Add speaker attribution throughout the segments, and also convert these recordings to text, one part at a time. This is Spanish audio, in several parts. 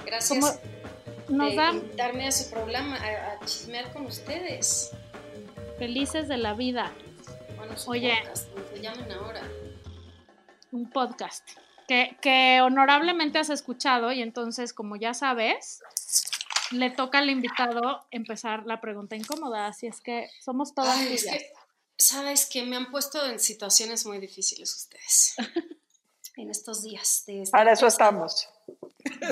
Speaker 1: Gracias
Speaker 2: ¿Cómo nos
Speaker 1: de
Speaker 2: da
Speaker 1: invitarme a su programa a, a chismear con ustedes.
Speaker 2: felices de la vida
Speaker 1: Bueno, su
Speaker 2: Oye.
Speaker 1: podcast, como se llaman ahora.
Speaker 2: un podcast que, que honorablemente has escuchado y entonces, como ya sabes, le toca al invitado empezar la pregunta incómoda, así es que somos todas
Speaker 1: Ay, es
Speaker 2: tuyas.
Speaker 1: que, Sabes que me han puesto en situaciones muy difíciles ustedes. en estos días de este-
Speaker 3: Para eso estamos.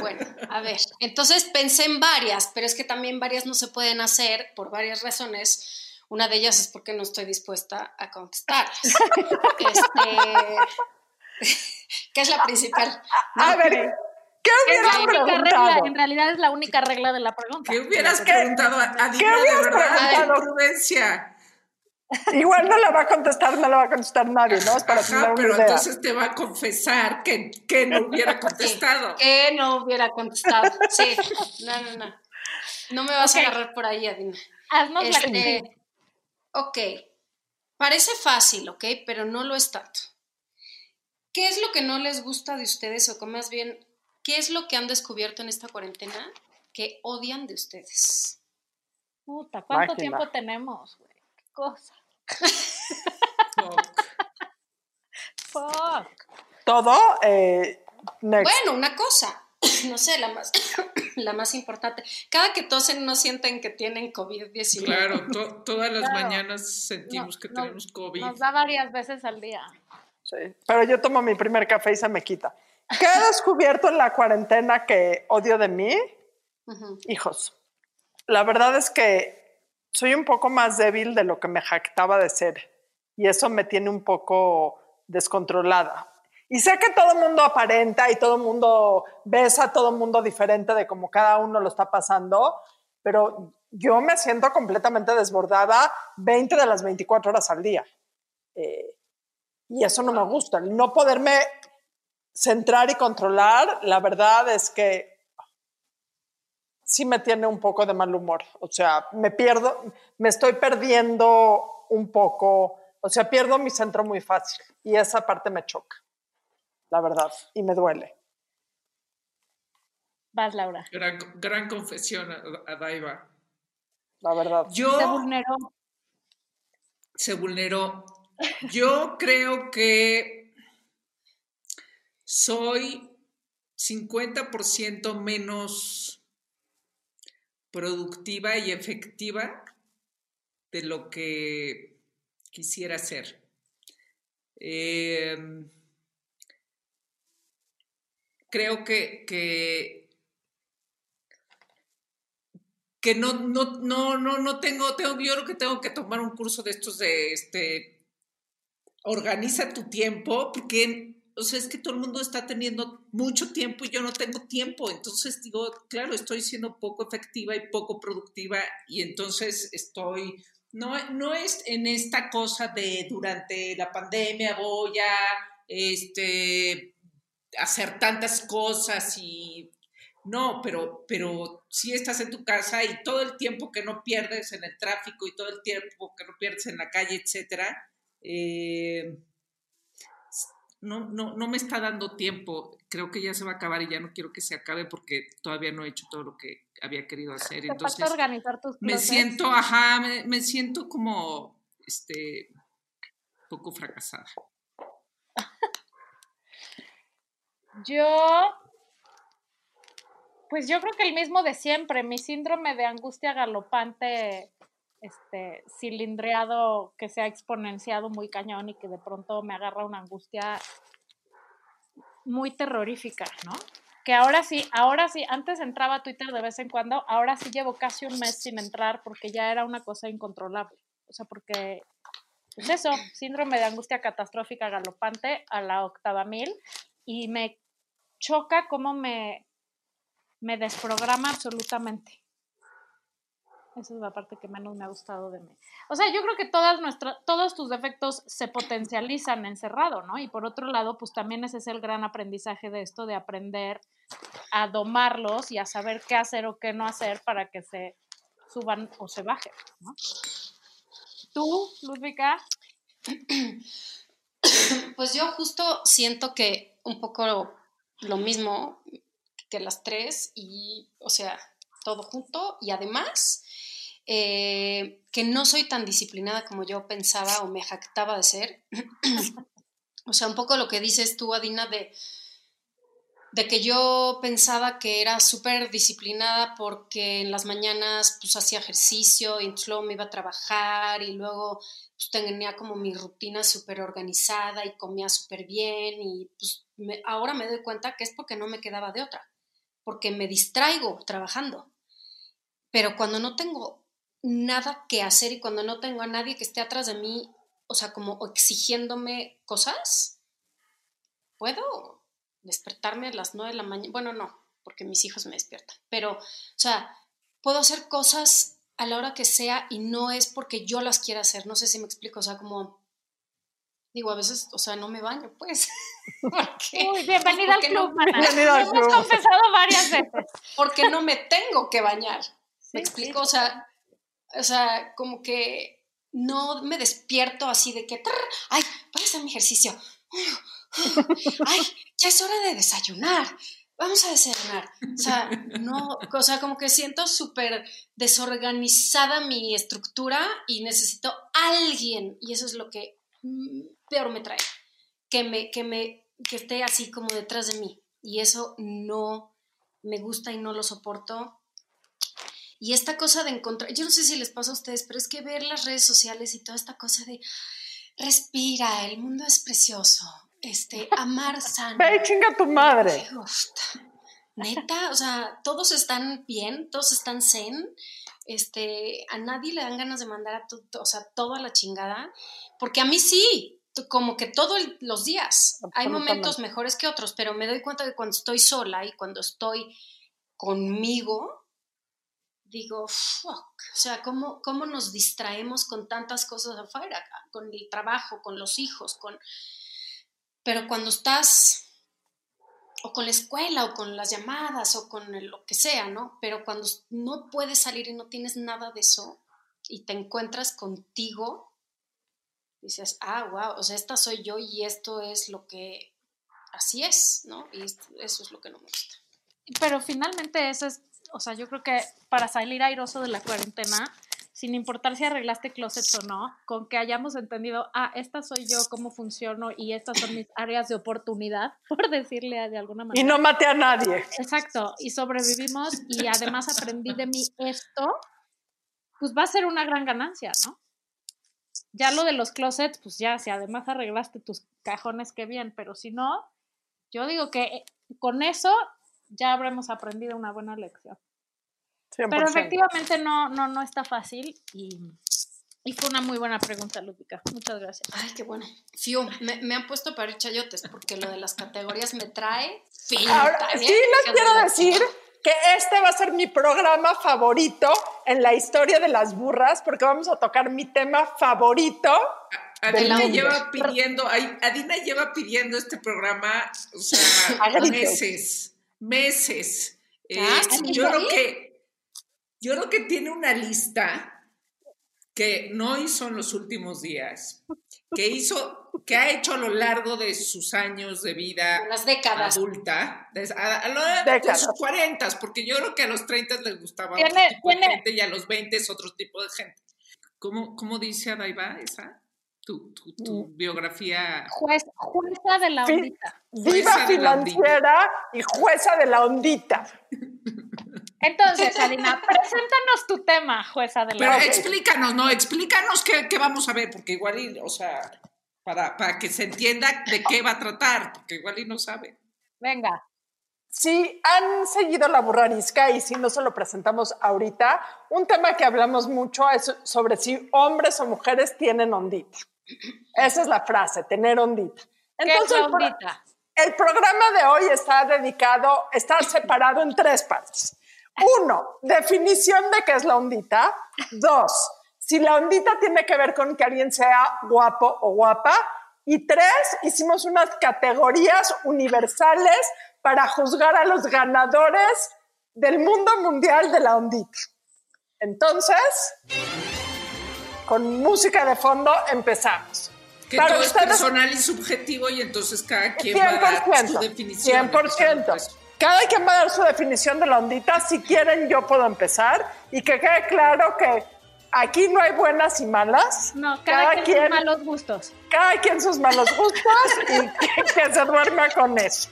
Speaker 1: Bueno, a ver, entonces pensé en varias, pero es que también varias no se pueden hacer por varias razones. Una de ellas es porque no estoy dispuesta a contestarlas. Este, que es la principal.
Speaker 3: A ver, ¿qué
Speaker 2: Es la
Speaker 3: hubieran
Speaker 2: única regla,
Speaker 3: preguntado?
Speaker 2: en realidad es la única regla de la pregunta.
Speaker 4: ¿Qué hubieras
Speaker 3: ¿Qué-
Speaker 4: preguntado a a Dina de
Speaker 3: hubieras
Speaker 4: verdad?
Speaker 3: preguntado?
Speaker 4: Ay, prudencia.
Speaker 3: Igual no la va a contestar, no la va a contestar nadie, ¿no? Es para tener
Speaker 4: Ajá,
Speaker 3: una
Speaker 4: pero
Speaker 3: idea.
Speaker 4: entonces te va a confesar que, que no hubiera contestado.
Speaker 1: Que no hubiera contestado. Sí, no, no, no. No me vas
Speaker 2: Ok.
Speaker 1: a agarrar por ahí, Adina.
Speaker 2: Haznos la
Speaker 1: Este, ok, parece fácil, ok, pero no lo es tanto. ¿Qué es lo que no les gusta de ustedes o que más bien, qué es lo que han descubierto en esta cuarentena que odian de ustedes?
Speaker 2: puta, ¿cuánto
Speaker 3: Máquina.
Speaker 2: tiempo tenemos? güey? ¿Qué cosa? Fuck.
Speaker 3: Todo, eh, next.
Speaker 1: Bueno, una cosa, no sé, la más, la más importante. Cada que tosen no sienten que tienen COVID-19.
Speaker 4: Claro, to- todas las
Speaker 2: Claro.
Speaker 4: mañanas sentimos
Speaker 2: No,
Speaker 4: que
Speaker 2: no,
Speaker 4: tenemos COVID.
Speaker 2: Nos da varias veces al día.
Speaker 3: Sí, Pero yo tomo mi primer café y se me quita. ¿Qué he descubierto en la cuarentena que odio de mí?
Speaker 1: Ujú.
Speaker 3: Hijos. La verdad es que soy un poco más débil de lo que me jactaba de ser y eso me tiene un poco descontrolada. Y sé que todo el mundo aparenta y todo el mundo besa a todo el mundo diferente de como cada uno lo está pasando, pero yo me siento completamente desbordada 20 de las 24 horas al día. Eh, y eso no me gusta. El no poderme centrar y controlar, la verdad es que sí me tiene un poco de mal humor. O sea, me pierdo, me estoy perdiendo un poco, o sea, pierdo mi centro muy fácil y esa parte me choca, la verdad, y me duele.
Speaker 2: Vas, Laura.
Speaker 4: Gran, gran confesión a, a Daiva.
Speaker 3: La verdad.
Speaker 4: Yo
Speaker 2: Te vulneró.
Speaker 4: se vulneró. Yo creo que soy 50% menos productiva y efectiva de lo que quisiera ser. Eh, creo que, que, que no, no, no, no, no tengo, tengo, yo creo que tengo que tomar un curso de estos de este organiza tu tiempo, porque o sea, es que todo el mundo está teniendo mucho tiempo y yo no tengo tiempo. Entonces digo, claro, estoy siendo poco efectiva y poco productiva, y entonces estoy. No, no es en esta cosa de durante la pandemia voy a este, hacer tantas cosas y no, pero, pero si estás en tu casa y todo el tiempo que no pierdes en el tráfico y todo el tiempo que no pierdes en la calle, etcétera, eh, no, no, no me está dando tiempo. Creo que ya se va a acabar y ya no quiero que se acabe porque todavía no he hecho todo lo que había querido hacer.
Speaker 2: Te
Speaker 4: Entonces,
Speaker 2: falta organizar tus ¿eh?
Speaker 4: me
Speaker 2: closets.
Speaker 4: siento, ajá, me, me siento como, este, poco fracasada.
Speaker 2: Yo Pues yo creo que el mismo de siempre, mi síndrome de angustia galopante, este, cilindreado, que se ha exponenciado muy cañón y que de pronto me agarra una angustia muy terrorífica, ¿no? Que ahora sí, ahora sí, antes entraba a Twitter de vez en cuando, ahora sí llevo casi un mes sin entrar porque ya era una cosa incontrolable. O sea, porque es eso, síndrome de angustia catastrófica galopante a la octava mil y me choca cómo me, me desprograma absolutamente. Esa es la parte que menos me ha gustado de mí. O sea, yo creo que todas nuestras, todos tus defectos se potencializan encerrado, ¿no? Y por otro lado, pues también ese es el gran aprendizaje de esto, de aprender a domarlos y a saber qué hacer o qué no hacer para que se suban o se bajen, ¿no? ¿Tú, Ludvika?
Speaker 1: Pues yo justo siento que un poco lo, lo mismo que las tres y, o sea, todo junto y además eh, que no soy tan disciplinada como yo pensaba o me jactaba de ser. o sea, un poco lo que dices tú, Adina, de, de que yo pensaba que era súper disciplinada porque en las mañanas pues hacía ejercicio y entonces luego me iba a trabajar y luego pues tenía como mi rutina súper organizada y comía súper bien y pues me, ahora me doy cuenta que es porque no me quedaba de otra, porque me distraigo trabajando. Pero cuando no tengo nada que hacer y cuando no tengo a nadie que esté atrás de mí, o sea, como exigiéndome cosas, puedo despertarme a las 9 de la mañana. Bueno, no, porque mis hijos me despiertan. Pero, o sea, puedo hacer cosas a la hora que sea y no es porque yo las quiera hacer. No sé si me explico. O sea, como digo, a veces, o sea, no me baño, pues. porque,
Speaker 2: Uy, bienvenida al
Speaker 1: porque no-
Speaker 2: club, Mana.
Speaker 3: Bienvenida al
Speaker 2: Hemos
Speaker 3: club.
Speaker 2: confesado varias veces.
Speaker 1: porque no me tengo que bañar.
Speaker 2: Sí,
Speaker 1: ¿Me explico? O sea, o sea, como que no me despierto así de que, "Trrr, ay, voy a hacer mi ejercicio. Ay, ya es hora de desayunar. Vamos a desayunar. O sea, no, o sea, como que siento súper desorganizada mi estructura y necesito alguien. Y eso es lo que mm, peor me trae. Que me, que me, que esté así como detrás de mí. Y eso no me gusta y no lo soporto. Y esta cosa de encontrar, yo no sé si les pasa a ustedes, pero es que ver las redes sociales y toda esta cosa de respira, el mundo es precioso, este, amar sano.
Speaker 3: Ve y chinga tu madre.
Speaker 1: Uf, Neta, o sea, todos están bien, todos están zen. Este, a nadie le dan ganas de mandar a tu- o sea, todo a la chingada, porque a mí sí, t- como que todos los días. Hay momentos mejores que otros, pero me doy cuenta que cuando estoy sola y cuando estoy conmigo, digo, fuck, o sea, ¿cómo, cómo nos distraemos con tantas cosas afuera, con el trabajo, con los hijos, con... Pero cuando estás o con la escuela o con las llamadas o con el- lo que sea, ¿no? Pero cuando s- no puedes salir y no tienes nada de eso y te encuentras contigo, dices, ah, wow, o sea, esta soy yo y esto es lo que así es, ¿no? Y es- eso es lo que no me gusta.
Speaker 2: Pero finalmente eso es, o sea, yo creo que para salir airoso de la cuarentena, sin importar si arreglaste closets o no, con que hayamos entendido, ah, esta soy yo, cómo funciono y estas son mis áreas de oportunidad, por decirle de alguna manera.
Speaker 3: Y no maté a nadie.
Speaker 2: Exacto, y sobrevivimos y además aprendí de mí esto, pues va a ser una gran ganancia, ¿no? Ya lo de los closets, pues ya, si además arreglaste tus cajones, qué bien, pero si no, yo digo que eh, con eso ya habremos aprendido una buena lección.
Speaker 3: 100%.
Speaker 2: Pero efectivamente no, no, no está fácil y, y fue una muy buena pregunta, Lúpica. Muchas gracias.
Speaker 1: Ay, qué bueno. Fiu, me, me han puesto para ir chayotes porque lo de las categorías me trae finta,
Speaker 3: Ahora,
Speaker 1: ¿eh?
Speaker 3: sí les quiero
Speaker 1: Hijas de la-
Speaker 3: decir que este va a ser mi programa favorito en la historia de las burras, porque vamos a tocar mi tema favorito.
Speaker 4: Adina
Speaker 1: Del
Speaker 4: lleva pidiendo, ay, Adina lleva pidiendo este programa, o
Speaker 3: A
Speaker 4: sea,
Speaker 3: gritos.
Speaker 4: meses, meses. Eh,
Speaker 1: Ah, sí,
Speaker 4: yo
Speaker 1: ¿sí?
Speaker 4: creo que, yo creo que tiene una lista que no hizo en los últimos días, que hizo, que ha hecho a lo largo de sus años de vida
Speaker 1: Las décadas.
Speaker 4: adulta, des- a, a lo largo de
Speaker 3: Décadas.
Speaker 4: sus 40, porque yo creo que a los 30 les gustaba otro
Speaker 2: Tiene-
Speaker 4: tipo de
Speaker 2: tiene-
Speaker 4: gente y a los 20 es otro tipo de gente. ¿Cómo, cómo dice Adaiba esa? Tu, tu, tu biografía.
Speaker 2: Juez, jueza de la
Speaker 3: Sí.
Speaker 2: ondita.
Speaker 3: Viva
Speaker 4: Jueza de la
Speaker 3: financiera y jueza de la ondita.
Speaker 2: Entonces, Adina, preséntanos tu tema, jueza de
Speaker 4: Pero
Speaker 2: la.
Speaker 4: explícanos, no, explícanos qué, qué vamos a ver, porque igual, y, o sea, para, para que se entienda de qué va a tratar, porque igual y no sabe.
Speaker 2: Venga.
Speaker 3: Si han seguido la burrarisca y si no se lo presentamos ahorita, un tema que hablamos mucho es sobre si hombres o mujeres tienen ondita. Esa es la frase, tener ondita.
Speaker 2: ¿Qué es la
Speaker 3: el pro-
Speaker 2: ondita?
Speaker 3: El programa de hoy está dedicado, está separado en tres partes. Uno, definición de qué es la ondita. Dos, si la ondita tiene que ver con que alguien sea guapo o guapa. Y tres, hicimos unas categorías universales para juzgar a los ganadores del mundo mundial de la ondita. Entonces, con música de fondo empezamos.
Speaker 4: Que todo es personal y subjetivo y entonces cada quien va a dar su
Speaker 3: 100%.
Speaker 4: definición.
Speaker 3: 100%. Cada quien va a dar su definición de la ondita. Si quieren, yo puedo empezar. Y que quede claro que aquí no hay buenas y malas.
Speaker 2: No, cada, quien, tiene malos gustos.
Speaker 3: cada quien sus malos gustos y que, que se duerma con eso.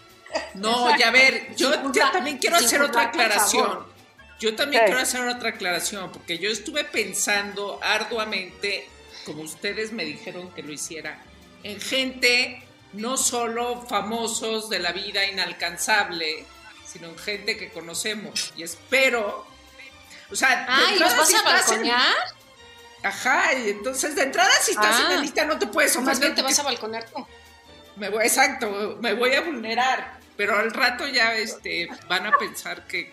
Speaker 4: No, y a ver, yo,
Speaker 1: Sin
Speaker 4: yo
Speaker 1: juzgar-
Speaker 4: también quiero
Speaker 1: sin
Speaker 4: hacer otra
Speaker 1: juzgar, por
Speaker 4: aclaración.
Speaker 1: favor.
Speaker 4: Yo también
Speaker 3: Sí.
Speaker 4: quiero hacer otra aclaración, porque yo estuve pensando arduamente, como ustedes me dijeron que lo hiciera, en gente no solo famosos de la vida inalcanzable, sino en gente que conocemos. Y espero. O sea, de
Speaker 1: Ay, ¿los
Speaker 4: entrada,
Speaker 1: vas
Speaker 4: si
Speaker 1: a
Speaker 4: estás en-
Speaker 1: balconear?
Speaker 4: Ajá, y entonces de entrada, si estás
Speaker 1: Ah.
Speaker 4: en la lista, no te puedes ofender.
Speaker 1: Más bien te
Speaker 4: porque
Speaker 1: vas a balconear tú.
Speaker 4: me voy, exacto, me voy a vulnerar, pero al rato ya este, van a pensar que,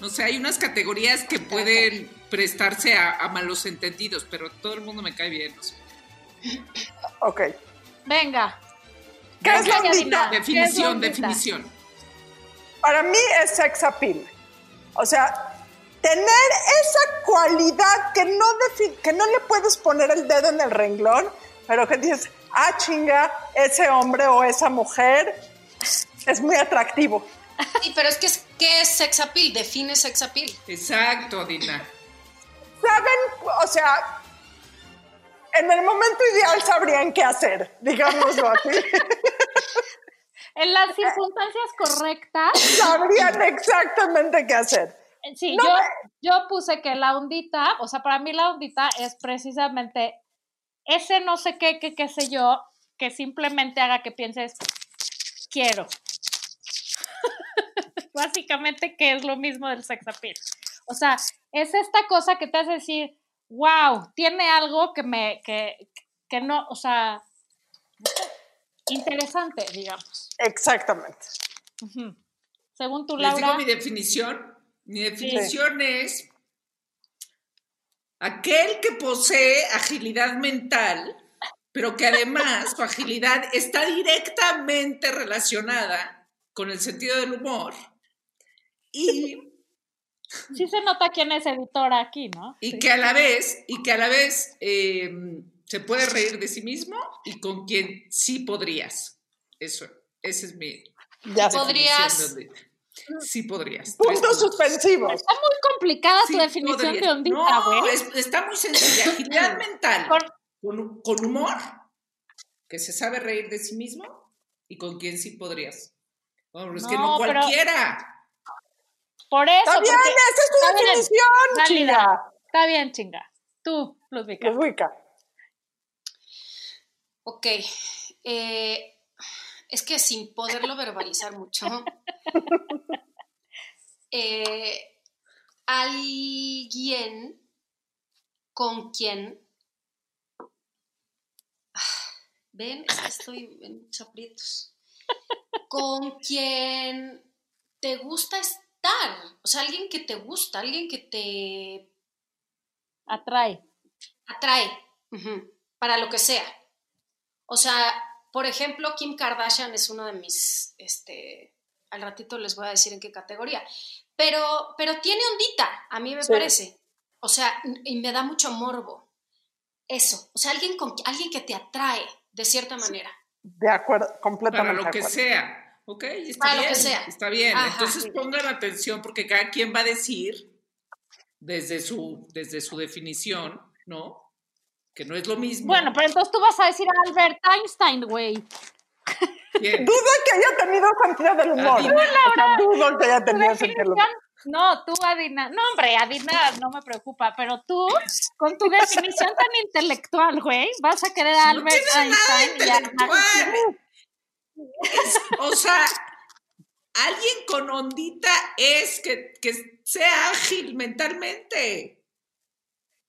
Speaker 4: no sé, hay unas categorías que pueden prestarse a, a malos entendidos, pero todo el mundo me cae bien. o sea.
Speaker 3: Ok. ¿Qué
Speaker 2: Venga.
Speaker 3: es la
Speaker 2: Venga,
Speaker 3: ondita?
Speaker 2: Adina. ¿Qué es la
Speaker 4: Definición,
Speaker 2: ondita?
Speaker 4: definición.
Speaker 3: Para mí es sex appeal. O sea, tener esa cualidad que no, defi- que no le puedes poner el dedo en el renglón, pero que dices, ah, chinga, ese hombre o esa mujer es muy atractivo.
Speaker 1: Sí, pero es que es, ¿qué es sex appeal? Define sex appeal.
Speaker 4: Exacto, Dina.
Speaker 3: Saben, o sea, en el momento ideal sabrían qué hacer, digámoslo así.
Speaker 2: En las circunstancias correctas,
Speaker 3: sabrían exactamente qué hacer.
Speaker 2: eh, sí,
Speaker 3: No,
Speaker 2: yo,
Speaker 3: eh.
Speaker 2: yo puse que la ondita, o sea, para mí la ondita es precisamente ese no sé qué, que qué sé yo, que simplemente haga que pienses, quiero. Básicamente que es lo mismo del sex appeal. O sea, es esta cosa que te hace decir, wow, tiene algo que me, que, que no, o sea, no sé, interesante, digamos.
Speaker 3: Exactamente.
Speaker 2: Ujú. Según tu
Speaker 4: Les digo
Speaker 2: Laura,
Speaker 4: mi definición. Mi definición es aquel que posee agilidad mental, pero que además su agilidad está directamente relacionada con el sentido del humor y,
Speaker 2: sí se nota quién es editora aquí, ¿no?
Speaker 4: y que a la vez, y que a la vez eh, se puede reír de sí mismo y con quien sí podrías. Eso, ese es mi
Speaker 3: Ya sé.
Speaker 1: Podrías.
Speaker 4: definición de- Sí podrías. Tres
Speaker 3: Puntos
Speaker 4: puntos.
Speaker 3: suspensivos.
Speaker 2: Está muy complicada tu
Speaker 4: Sí,
Speaker 2: definición
Speaker 4: podría.
Speaker 2: de ondita, güey.
Speaker 4: No, es- está muy sencilla. Agilidad mental.
Speaker 2: Con-
Speaker 4: Con, con humor. Que se sabe reír de sí mismo. Y con quién sí podrías. Bueno, es que
Speaker 2: No,
Speaker 4: no
Speaker 2: pero-
Speaker 4: cualquiera.
Speaker 2: Por eso.
Speaker 3: Está bien,
Speaker 2: porque-
Speaker 3: esa es tu
Speaker 2: está bien,
Speaker 3: definición,
Speaker 2: válida.
Speaker 3: chinga.
Speaker 2: Está bien, chinga. Tú, Ludwika.
Speaker 3: Los Wicca.
Speaker 1: Ok. eh, es que sin poderlo verbalizar mucho. eh, alguien con quien. Ven, Es que estoy en muchos aprietos. Con quien te gusta estar. O sea, alguien que te gusta, alguien que te
Speaker 2: Atrae.
Speaker 1: atrae ujú, para lo que sea. O sea, por ejemplo, Kim Kardashian es una de mis, este, al ratito les voy a decir en qué categoría, pero, pero tiene ondita, a mí me
Speaker 3: Sí.
Speaker 1: parece. O sea, n- y me da mucho morbo. Eso, o sea, alguien, con, alguien que te atrae de cierta manera.
Speaker 3: De acuerdo, completamente.
Speaker 4: Para lo que
Speaker 3: de acuerdo.
Speaker 4: sea. Ok, está
Speaker 1: Para lo
Speaker 4: bien.
Speaker 1: que sea.
Speaker 4: Está bien.
Speaker 1: Ajá,
Speaker 4: Entonces
Speaker 1: sí.
Speaker 4: pongan atención porque cada quien va a decir desde su, desde su definición, ¿no? Que no es lo mismo.
Speaker 2: Bueno, pero entonces tú vas a decir a Albert Einstein, güey.
Speaker 4: Bien.
Speaker 2: pues,
Speaker 3: Dudo que haya tenido sentido del humor.
Speaker 4: Adina.
Speaker 3: O sea, dudo que haya
Speaker 2: Tu
Speaker 3: tenido sentido del humor.
Speaker 2: definición No, tú, Adina. No, hombre, Adina no me preocupa, pero tú, con tu definición tan intelectual, güey, vas a querer a Albert
Speaker 4: tiene nada de
Speaker 2: Einstein y a
Speaker 4: intelectual. O sea, alguien con ondita es que, que sea ágil mentalmente.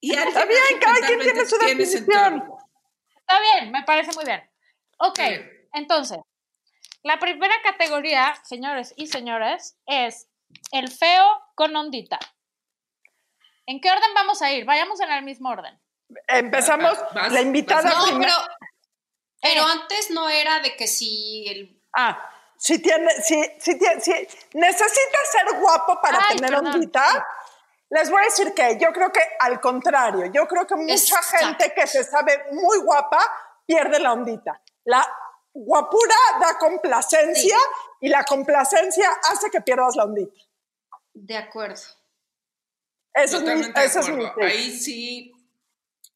Speaker 4: Y alguien
Speaker 3: Está bien,
Speaker 4: ágil
Speaker 3: cada quien
Speaker 4: mentalmente
Speaker 3: tiene su
Speaker 4: sentido.
Speaker 3: definición.
Speaker 2: Está bien, me parece muy bien. Ok,
Speaker 4: Muy bien.
Speaker 2: entonces, la primera categoría, señores y señoras, es el feo con ondita. ¿En qué orden vamos a ir? Vayamos en el mismo orden.
Speaker 3: Empezamos
Speaker 4: Ah, Vas-
Speaker 3: la invitada
Speaker 4: vas-
Speaker 1: No,
Speaker 3: primero.
Speaker 1: pero, pero antes no era de que si el.
Speaker 3: Ah, si tiene, si, si tiene, si necesitas ser guapo para
Speaker 2: Ay,
Speaker 3: tener
Speaker 2: perdón.
Speaker 3: ondita, les voy a decir que yo creo que al contrario, yo creo que mucha
Speaker 1: Exacto.
Speaker 3: gente que se sabe muy guapa pierde la ondita. La guapura da complacencia y la complacencia hace que pierdas la ondita.
Speaker 1: De acuerdo.
Speaker 3: Eso es
Speaker 4: Totalmente
Speaker 3: mi,
Speaker 4: de
Speaker 3: ese es mi
Speaker 4: acuerdo.
Speaker 3: tip.
Speaker 4: Ahí sí.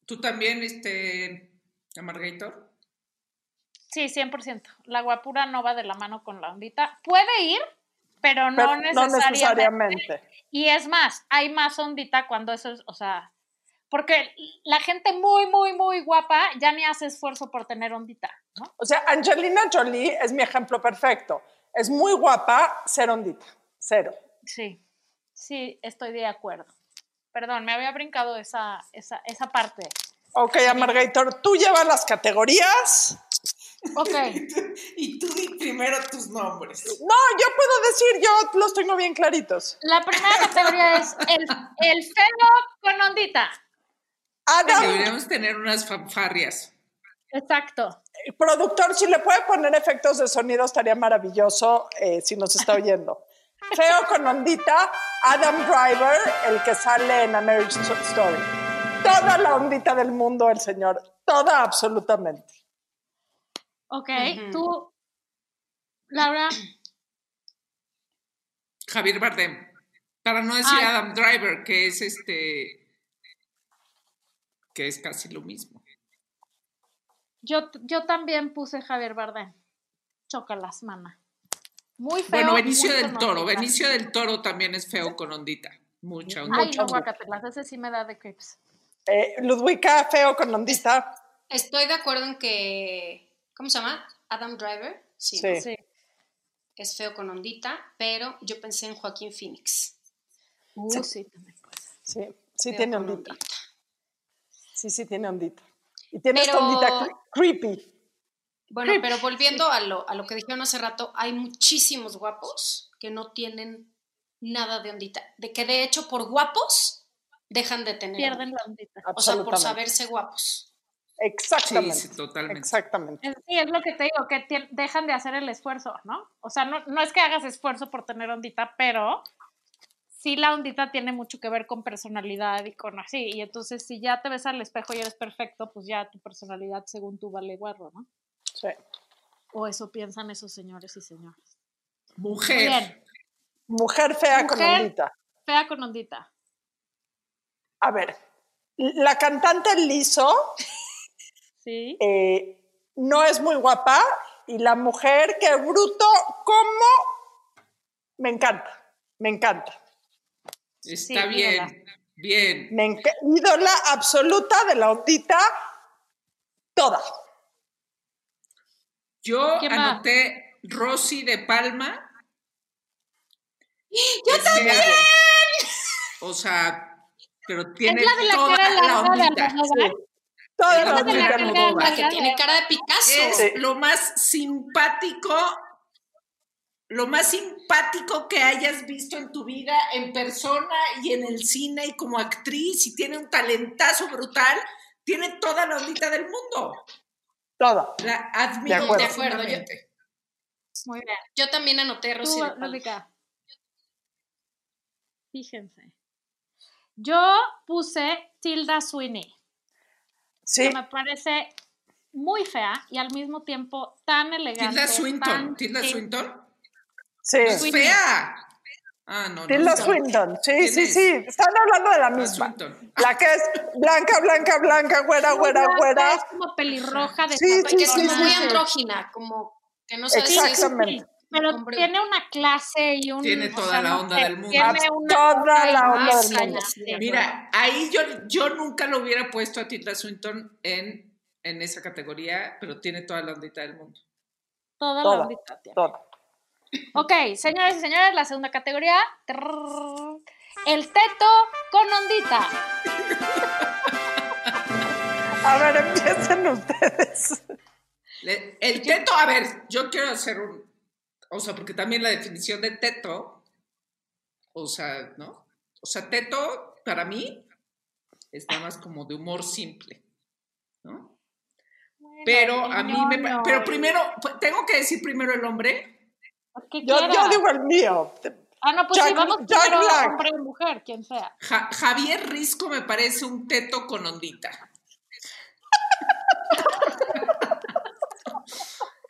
Speaker 4: Tú también, este. Amargator.
Speaker 2: Sí, 100%. La guapura no va de la mano con la ondita. Puede ir, pero no,
Speaker 3: Pero
Speaker 2: necesariamente.
Speaker 3: necesariamente.
Speaker 2: Y es más, hay más ondita cuando eso es, o sea, porque la gente muy, muy, muy guapa ya ni hace esfuerzo por tener ondita, ¿no?
Speaker 3: O sea, Angelina Jolie es mi ejemplo perfecto. Es muy guapa, cero ondita, cero.
Speaker 2: Sí, sí, estoy de acuerdo. Perdón, me había brincado esa, esa, esa parte.
Speaker 3: Ok, Amargator, tú llevas las categorías.
Speaker 2: Ok,
Speaker 4: Y tú di primero tus nombres.
Speaker 3: No, yo puedo decir, yo los tengo bien claritos.
Speaker 2: la primera categoría es el, el feo con ondita.
Speaker 3: Adam,
Speaker 4: Deberíamos tener unas fanfarrias.
Speaker 2: Exacto.
Speaker 3: el productor, si le puede poner efectos de sonido, estaría maravilloso eh, si nos está oyendo. Feo con ondita, Adam Driver, el que sale en A Marriage Story. Toda la ondita del mundo, el señor. Toda, absolutamente.
Speaker 2: Ok,
Speaker 1: Ujú.
Speaker 2: tú, Laura,
Speaker 4: Javier Bardem. Para no decir
Speaker 2: Ay.
Speaker 4: Adam Driver, que es este. que es casi lo mismo.
Speaker 2: yo, yo también puse Javier Bardem. Chócalas, mana. Muy feo.
Speaker 4: bueno,
Speaker 2: muy
Speaker 4: Benicio del
Speaker 2: con
Speaker 4: Toro.
Speaker 2: ondita.
Speaker 4: Benicio del Toro también es feo con ondita. Mucha ondita.
Speaker 2: Ay,
Speaker 3: Mucho
Speaker 2: no,
Speaker 3: ondita.
Speaker 2: guacatelas, ese sí me da de creeps.
Speaker 3: Eh, Ludwika, feo con ondita.
Speaker 1: Estoy de acuerdo en que. ¿Cómo se llama? Adam Driver. Sí.
Speaker 3: Sí.
Speaker 2: Sí.
Speaker 1: Es feo con ondita, pero yo pensé en Joaquín Phoenix.
Speaker 2: Uh, sí, también pues.
Speaker 3: Sí, sí
Speaker 1: Feo
Speaker 3: tiene
Speaker 1: con
Speaker 3: ondita. Sí, sí tiene ondita. Y tiene esta
Speaker 1: Pero-
Speaker 3: ondita cre- creepy.
Speaker 1: Bueno, pero volviendo a lo, a lo que dijeron hace rato, hay muchísimos guapos que no tienen nada de ondita. De que de hecho por guapos dejan de tener.
Speaker 2: Pierden
Speaker 1: ondita.
Speaker 2: la ondita.
Speaker 1: O sea, por
Speaker 3: absolutamente.
Speaker 1: saberse guapos.
Speaker 3: Exactamente.
Speaker 4: Sí, sí, totalmente.
Speaker 3: Exactamente.
Speaker 2: Es- Eh, Sí, es lo que te digo, que tie- dejan de hacer el esfuerzo, ¿no? O sea, no, no es que hagas esfuerzo por tener ondita, pero sí la ondita tiene mucho que ver con personalidad y con así. Y entonces, si ya te ves al espejo y eres perfecto, pues ya tu personalidad según tú vale guarro, ¿no?
Speaker 3: Sí.
Speaker 2: O eso piensan esos señores y señoras. Muy
Speaker 4: Mujer.
Speaker 2: bien,
Speaker 3: Mujer fea con
Speaker 2: Mujer.
Speaker 3: ondita.
Speaker 2: fea con ondita.
Speaker 3: A ver, la cantante Liso
Speaker 2: Sí.
Speaker 3: eh, no es muy guapa y la mujer que bruto, ¿cómo? Me encanta, me encanta.
Speaker 4: Está
Speaker 2: Sí,
Speaker 4: bien.
Speaker 2: ídola.
Speaker 4: Bien.
Speaker 3: Me enca- ídola absoluta de la ondita, toda.
Speaker 4: Yo
Speaker 2: ¿Quién más?
Speaker 4: anoté Rosy de Palma.
Speaker 1: ¡Yo
Speaker 4: también! O sea, pero tiene
Speaker 2: es la de la
Speaker 4: toda
Speaker 2: cara
Speaker 4: la
Speaker 2: larga de
Speaker 4: ondita.
Speaker 2: Almodóvar.
Speaker 3: Toda
Speaker 4: Es
Speaker 3: la
Speaker 2: de
Speaker 4: la
Speaker 2: la
Speaker 3: ondita.
Speaker 2: carga
Speaker 3: me gusta.
Speaker 1: La que tiene cara de Picasso.
Speaker 4: Es
Speaker 3: Sí.
Speaker 4: lo más simpático, lo más simpático que hayas visto en tu vida en persona y en el cine y como actriz y tiene un talentazo brutal. Tiene toda la ondita del mundo.
Speaker 3: Toda.
Speaker 4: La admiro
Speaker 3: De acuerdo.
Speaker 4: de acuerdo.
Speaker 1: profundamente.
Speaker 2: Muy bien.
Speaker 1: Yo también anoté
Speaker 2: Tú,
Speaker 1: Rosy de Palma.
Speaker 2: Lólica. Fíjense. Yo puse Tilda Sweeney.
Speaker 3: Sí,
Speaker 2: que me parece muy fea y al mismo tiempo tan elegante.
Speaker 4: Tilda Swinton.
Speaker 2: tan-
Speaker 4: Tilda
Speaker 2: sí,
Speaker 4: Swinton.
Speaker 3: sí.
Speaker 4: Es fea. Ah, no. no,
Speaker 3: Tilda
Speaker 4: no.
Speaker 3: Swinton, sí,
Speaker 4: ¿Quién
Speaker 3: sí,
Speaker 4: es?
Speaker 3: sí. Están hablando de la
Speaker 4: Tilda
Speaker 3: misma.
Speaker 4: Swinton.
Speaker 3: La que es blanca, blanca, blanca, güera, güera,
Speaker 2: Tilda
Speaker 3: güera.
Speaker 2: Es como pelirroja de
Speaker 3: Sí,
Speaker 1: Que es
Speaker 3: Sí, sí,
Speaker 1: muy
Speaker 3: sí.
Speaker 1: andrógina, como que no sabes si es
Speaker 3: Exactamente.
Speaker 2: Pero
Speaker 1: Hombre,
Speaker 2: tiene una clase y un.
Speaker 4: Tiene
Speaker 2: o
Speaker 4: toda
Speaker 2: sea,
Speaker 4: la
Speaker 2: no
Speaker 4: onda
Speaker 2: sé,
Speaker 4: del mundo.
Speaker 2: Tiene una
Speaker 3: Toda
Speaker 2: y
Speaker 3: la onda
Speaker 2: más
Speaker 3: del mundo.
Speaker 2: allá, sí.
Speaker 4: Mira, ahí yo, yo nunca lo hubiera puesto a Tilda Swinton en, en esa categoría, pero tiene toda la ondita del mundo.
Speaker 2: Toda, la
Speaker 3: Toda.
Speaker 2: ondita tiene.
Speaker 3: Todo.
Speaker 2: Ok, señores y señores, la segunda categoría. Trrr. El teto con ondita.
Speaker 3: A ver, empiecen ustedes.
Speaker 4: Le- El teto, a ver, yo quiero hacer un. O sea, porque también la definición de teto, o sea, ¿no? O sea, teto para mí es nada más como de humor simple, ¿no?
Speaker 2: Bueno, eh,
Speaker 4: Pero a mí me. pa-
Speaker 2: ñoño.
Speaker 4: Pero primero, pues, tengo que decir primero el hombre.
Speaker 2: ¿Qué
Speaker 3: Yo,
Speaker 2: quieras?
Speaker 3: yo digo el mío.
Speaker 2: Ah, no, pues sí,
Speaker 3: Jack-
Speaker 2: vamos
Speaker 3: Jack
Speaker 2: primero
Speaker 3: Black.
Speaker 2: hombre y mujer, quien sea.
Speaker 4: Ja- Javier Risco me parece un teto con ondita.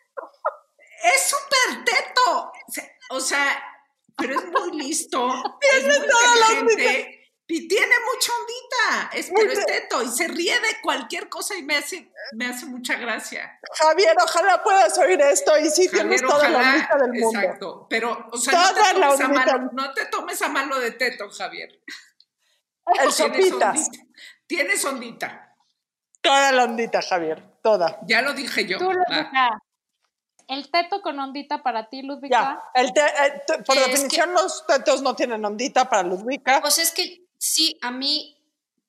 Speaker 4: es súper teto. Se- O sea, pero es muy listo. es muy
Speaker 3: toda la
Speaker 4: inteligente y tiene mucha ondita. Es,
Speaker 3: Muy
Speaker 4: pero es
Speaker 3: te-
Speaker 4: teto y se ríe de cualquier cosa y me hace, me hace mucha gracia.
Speaker 3: Javier, ojalá puedas oír esto y sí tienes
Speaker 4: Javier,
Speaker 3: toda la
Speaker 4: ojalá.
Speaker 3: lista del mundo.
Speaker 4: Exacto. Pero, o sea, no
Speaker 3: Toda
Speaker 4: te,
Speaker 3: la
Speaker 4: tomes a
Speaker 3: ondita.
Speaker 4: malo, no te tomes a malo de teto, Javier.
Speaker 3: El
Speaker 4: Tienes
Speaker 3: sopitas.
Speaker 4: ondita. Tienes ondita.
Speaker 3: Toda la ondita, Javier. Toda.
Speaker 4: Ya lo dije yo. Ah,
Speaker 2: Tú,
Speaker 4: Va.
Speaker 2: Ludvika. El teto con ondita para ti, Ludvika.
Speaker 3: Ya. El te- el te- por
Speaker 1: Es
Speaker 3: definición, los tetos no tienen ondita para Ludwika.
Speaker 1: Pues es que sí, a mí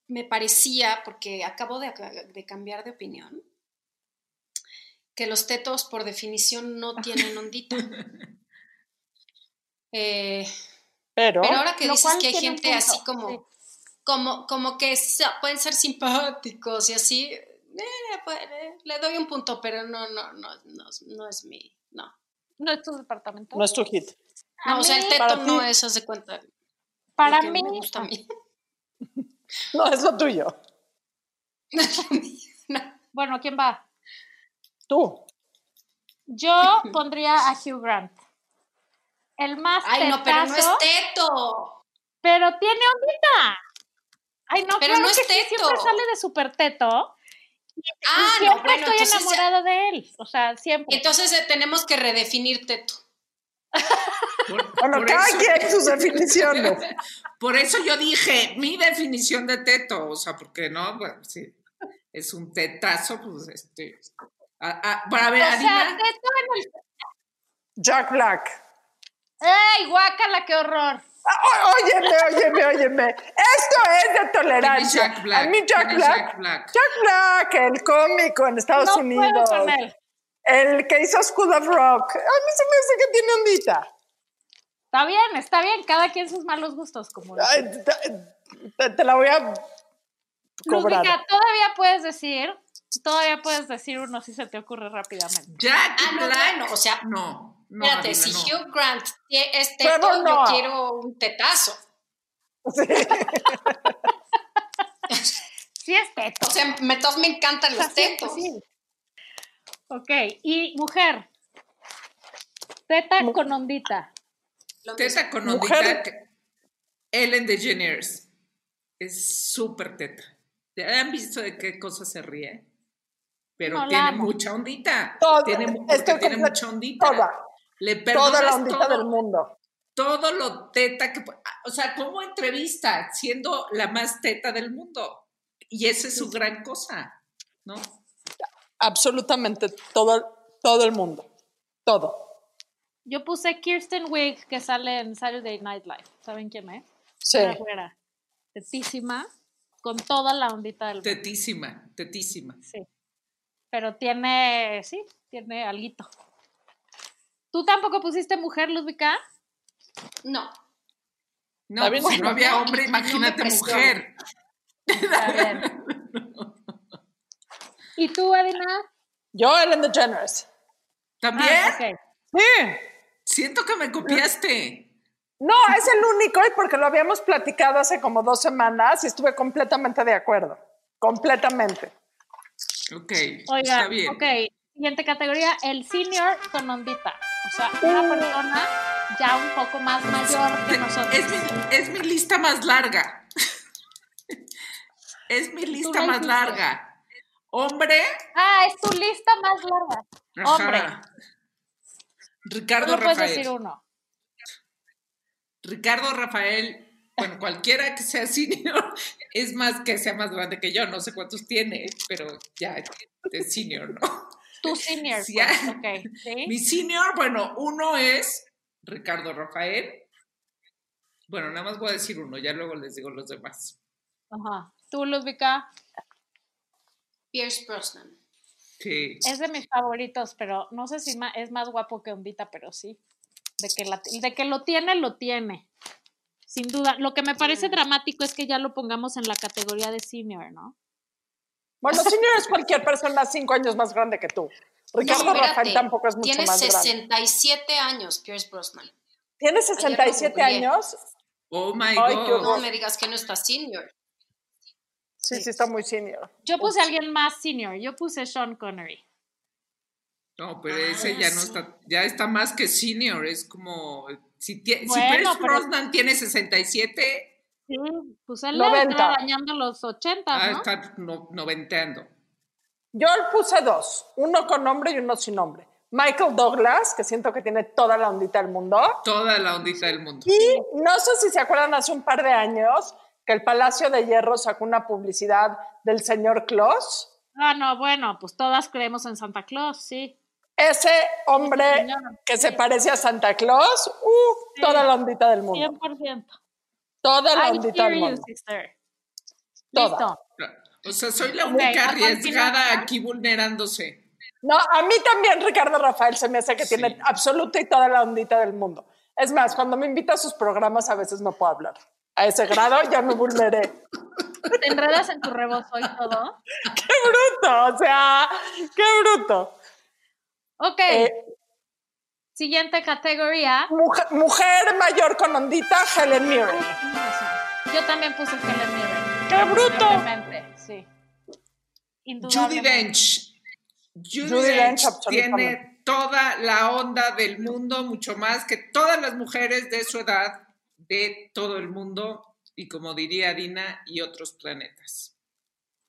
Speaker 1: me parecía, porque acabo de, de cambiar de opinión, que los tetos por definición no tienen ondita. Eh,
Speaker 3: Pero,
Speaker 1: pero ahora que
Speaker 2: Lo
Speaker 1: dices
Speaker 2: cual
Speaker 1: que hay
Speaker 2: tiene un
Speaker 1: gente
Speaker 2: punto,
Speaker 1: así como,
Speaker 2: sí.
Speaker 1: como, como que sa- pueden ser simpáticos y así, eh, pues, eh, le doy un punto, pero no, no, no, no, no es mi, no.
Speaker 2: No es tu departamento.
Speaker 3: no es tu hit.
Speaker 2: A
Speaker 1: No, o sea,
Speaker 2: mí-
Speaker 1: el
Speaker 3: para
Speaker 1: teto no
Speaker 3: ti-
Speaker 1: es, haz de cuenta. lo
Speaker 2: Para
Speaker 1: que
Speaker 2: mí,
Speaker 1: me gusta a mí.
Speaker 3: No es lo tuyo.
Speaker 1: No.
Speaker 2: bueno, ¿quién va?
Speaker 3: Tú.
Speaker 2: Yo pondría a Hugh Grant. El más
Speaker 1: Ay, no, pero no es
Speaker 2: tetazo,
Speaker 1: teto.
Speaker 2: pero tiene ondita. Ay, no,
Speaker 1: Pero
Speaker 2: claro
Speaker 1: no es
Speaker 2: que sí, siempre
Speaker 1: teto.
Speaker 2: sale de súper teto. Y, y
Speaker 1: Ah, no,
Speaker 2: siempre
Speaker 1: bueno,
Speaker 2: estoy
Speaker 1: entonces ya-
Speaker 2: enamorada de él. O sea, siempre.
Speaker 1: Entonces eh, tenemos que redefinir teto.
Speaker 4: Por,
Speaker 3: Bueno,
Speaker 4: por
Speaker 3: cada
Speaker 4: eso-
Speaker 3: quien sus definiciones.
Speaker 4: Por eso yo dije mi definición de teto, o sea, porque no, bueno, sí, es un tetazo, pues este. a- a- para ver,
Speaker 2: o sea,
Speaker 4: Adina,
Speaker 2: teto en el...
Speaker 3: Jack Black.
Speaker 2: ¡Ay, guácala, qué horror!
Speaker 3: Ah, ó- Óyeme, óyeme, óyeme. Esto es de tolerancia.
Speaker 4: Jack Black,
Speaker 3: A mí Jack
Speaker 4: tiene
Speaker 3: Black,
Speaker 4: Jack Black.
Speaker 3: Jack Black, el cómico en Estados
Speaker 2: no
Speaker 3: Unidos.
Speaker 2: puedo con él.
Speaker 3: El que hizo School of Rock. A mí se me hace que tiene ondita.
Speaker 2: Está bien, está bien, cada quien sus malos gustos, como dice.
Speaker 3: Ay, te- te, te la voy a cobrar.
Speaker 2: Ludvika, todavía puedes decir, todavía puedes decir uno si se te ocurre rápidamente.
Speaker 4: Jack
Speaker 1: Ah, no,
Speaker 4: Black.
Speaker 1: bueno, o sea,
Speaker 4: no. no,
Speaker 1: Espérate,
Speaker 4: Adina,
Speaker 1: si
Speaker 4: no.
Speaker 1: Hugh Grant tie- es
Speaker 3: Pero
Speaker 1: teto,
Speaker 3: no.
Speaker 1: yo quiero un tetazo.
Speaker 3: Sí.
Speaker 2: Sí es teto.
Speaker 1: O sea, me, todos me encantan los
Speaker 2: Así es,
Speaker 1: tetos.
Speaker 2: Ah, sí. Ok, y mujer. Teta
Speaker 3: Mu-
Speaker 2: con ondita.
Speaker 1: Lo mismo.
Speaker 4: Teta con
Speaker 3: Mujer.
Speaker 4: ondita. que- Ellen DeGeneres. Es súper teta. ¿Ya han visto de qué cosa se ríe? Pero
Speaker 2: No, la
Speaker 4: tiene
Speaker 2: amo.
Speaker 4: mucha ondita.
Speaker 3: Toda-
Speaker 4: tiene, mu-
Speaker 3: estoy
Speaker 4: porque tiene
Speaker 3: comple-
Speaker 4: mucha ondita.
Speaker 3: toda.
Speaker 4: Le
Speaker 3: Toda la
Speaker 4: perdonas
Speaker 3: ondita
Speaker 4: todo.
Speaker 3: del mundo.
Speaker 4: todo lo teta que... pu- O sea, como entrevista, siendo la más teta del mundo. Y esa es su gran cosa, ¿no?
Speaker 3: Absolutamente todo, todo el mundo. Todo.
Speaker 2: Yo puse Kirsten Wig, que sale en Saturday Night Live. ¿Saben quién es?
Speaker 3: Sí.
Speaker 2: Una güera. Tetísima, con toda la ondita del mundo.
Speaker 4: Tetísima, tetísima.
Speaker 2: Sí. Pero tiene, sí, tiene alguito. ¿Tú tampoco pusiste mujer, Ludvika?
Speaker 1: No,
Speaker 4: No,
Speaker 3: Está bien,
Speaker 4: pues, si
Speaker 3: bueno.
Speaker 4: no había hombre,
Speaker 1: Y- y no me
Speaker 4: imagínate
Speaker 1: presiona.
Speaker 4: mujer.
Speaker 2: Está bien. ¿Y tú, Adina?
Speaker 3: Yo, Ellen DeGeneres.
Speaker 4: También
Speaker 2: Ah, ok.
Speaker 3: Sí.
Speaker 4: siento que me copiaste.
Speaker 3: No, es el único y porque lo habíamos platicado hace como dos semanas y estuve completamente de acuerdo. Completamente.
Speaker 4: Ok, está
Speaker 2: Oigan,
Speaker 4: bien.
Speaker 2: ok. Siguiente categoría, el senior con ondita. O sea, una persona ya un poco más mayor que nosotros.
Speaker 4: Es, mi, es mi lista más larga. es mi lista
Speaker 2: la
Speaker 4: más
Speaker 2: hiciste.
Speaker 4: larga. Hombre.
Speaker 2: Ah, es tu lista más larga.
Speaker 4: ajá.
Speaker 2: Hombre.
Speaker 4: Ricardo
Speaker 2: Solo puedes
Speaker 4: Rafael.
Speaker 2: decir uno.
Speaker 4: Ricardo Rafael, bueno, cualquiera que sea senior, es más que sea más grande que yo, no sé cuántos tiene, pero ya es senior, ¿no?
Speaker 2: Tú senior.
Speaker 4: Sí,
Speaker 2: pues,
Speaker 4: ah.
Speaker 2: ok, ¿sí?
Speaker 4: Mi senior, bueno, uno es Ricardo Rafael. Bueno, nada más voy a decir uno, ya luego les digo los demás.
Speaker 2: Ajá. Tú, Luzbica,
Speaker 1: Pierce Brosnan.
Speaker 4: Sí.
Speaker 2: es de mis favoritos, pero no sé si ma- es más guapo que Ondita, pero sí. De que, la- de que lo tiene, lo tiene. Sin duda. Lo que me parece dramático es que ya lo pongamos en la categoría de senior, ¿no?
Speaker 3: Bueno, senior es cualquier persona cinco años más grande que tú. Ricardo
Speaker 1: espérate,
Speaker 3: Rafael tampoco es mucho
Speaker 1: Tiene
Speaker 3: más grande.
Speaker 1: 67 años, Pierce Brosnan.
Speaker 3: ¿Tiene 67
Speaker 1: Ayer lo googleé.
Speaker 3: años?
Speaker 4: Oh my
Speaker 3: Ay, qué
Speaker 4: God.
Speaker 1: No
Speaker 3: horror.
Speaker 1: me digas que no está senior.
Speaker 3: Sí,
Speaker 1: Sí.
Speaker 3: sí, está muy senior.
Speaker 2: Yo puse a alguien más senior. Yo puse Sean Connery.
Speaker 4: No, pero
Speaker 1: Ah,
Speaker 4: ese ya no
Speaker 1: sí.
Speaker 4: está, ya está más que senior, es como, si, tie- si
Speaker 2: Bueno,
Speaker 4: Pierce
Speaker 2: pero-
Speaker 4: Brosnan tiene 67,
Speaker 2: Sí, pues él le está
Speaker 3: 90.
Speaker 2: dañando los 80,
Speaker 4: ah,
Speaker 2: ¿no?
Speaker 4: está no- noventeando.
Speaker 3: Yo le puse dos, uno con nombre y uno sin nombre. Michael Douglas, que siento que tiene toda la ondita del mundo.
Speaker 4: Toda la ondita del mundo.
Speaker 3: Y no sé si se acuerdan hace un par de años que el Palacio de Hierro sacó una publicidad del señor Claus.
Speaker 2: Ah, no, bueno, pues todas creemos en Santa Claus, sí.
Speaker 3: Ese hombre
Speaker 2: señor,
Speaker 3: que se parece a Santa Claus, uh,
Speaker 2: Sí.
Speaker 3: toda la ondita del mundo.
Speaker 2: 100%.
Speaker 3: Toda la
Speaker 2: I
Speaker 3: ondita
Speaker 2: hear
Speaker 3: del
Speaker 2: you,
Speaker 3: mundo.
Speaker 2: sister.
Speaker 3: Toda.
Speaker 2: Listo.
Speaker 4: O sea, soy la
Speaker 2: Ok,
Speaker 4: única
Speaker 2: ¿a cuál
Speaker 4: arriesgada
Speaker 2: final?
Speaker 4: aquí vulnerándose.
Speaker 3: No, a mí también Ricardo Rafael se me hace que
Speaker 4: Sí.
Speaker 3: tiene absoluta y toda la ondita del mundo. Es más, cuando me invita a sus programas a veces no puedo hablar. A ese grado ya me vulneré.
Speaker 2: Te enredas en tu rebozo y todo.
Speaker 3: ¡Qué bruto! O sea, qué bruto.
Speaker 2: Ok,
Speaker 3: Eh,
Speaker 2: siguiente categoría.
Speaker 3: mujer, mujer mayor con ondita, Helen Mirren.
Speaker 2: Yo también puse Helen Mirren.
Speaker 3: ¡Qué bruto!
Speaker 2: Indudablemente, Sí.
Speaker 4: Judy
Speaker 2: Indudablemente.
Speaker 4: Dench. Judy,
Speaker 3: Judi
Speaker 4: Dench,
Speaker 3: Dench,
Speaker 4: tiene toda la onda del mundo, mucho más que todas las mujeres de su edad, de todo el mundo, y como diría Dina, y otros planetas.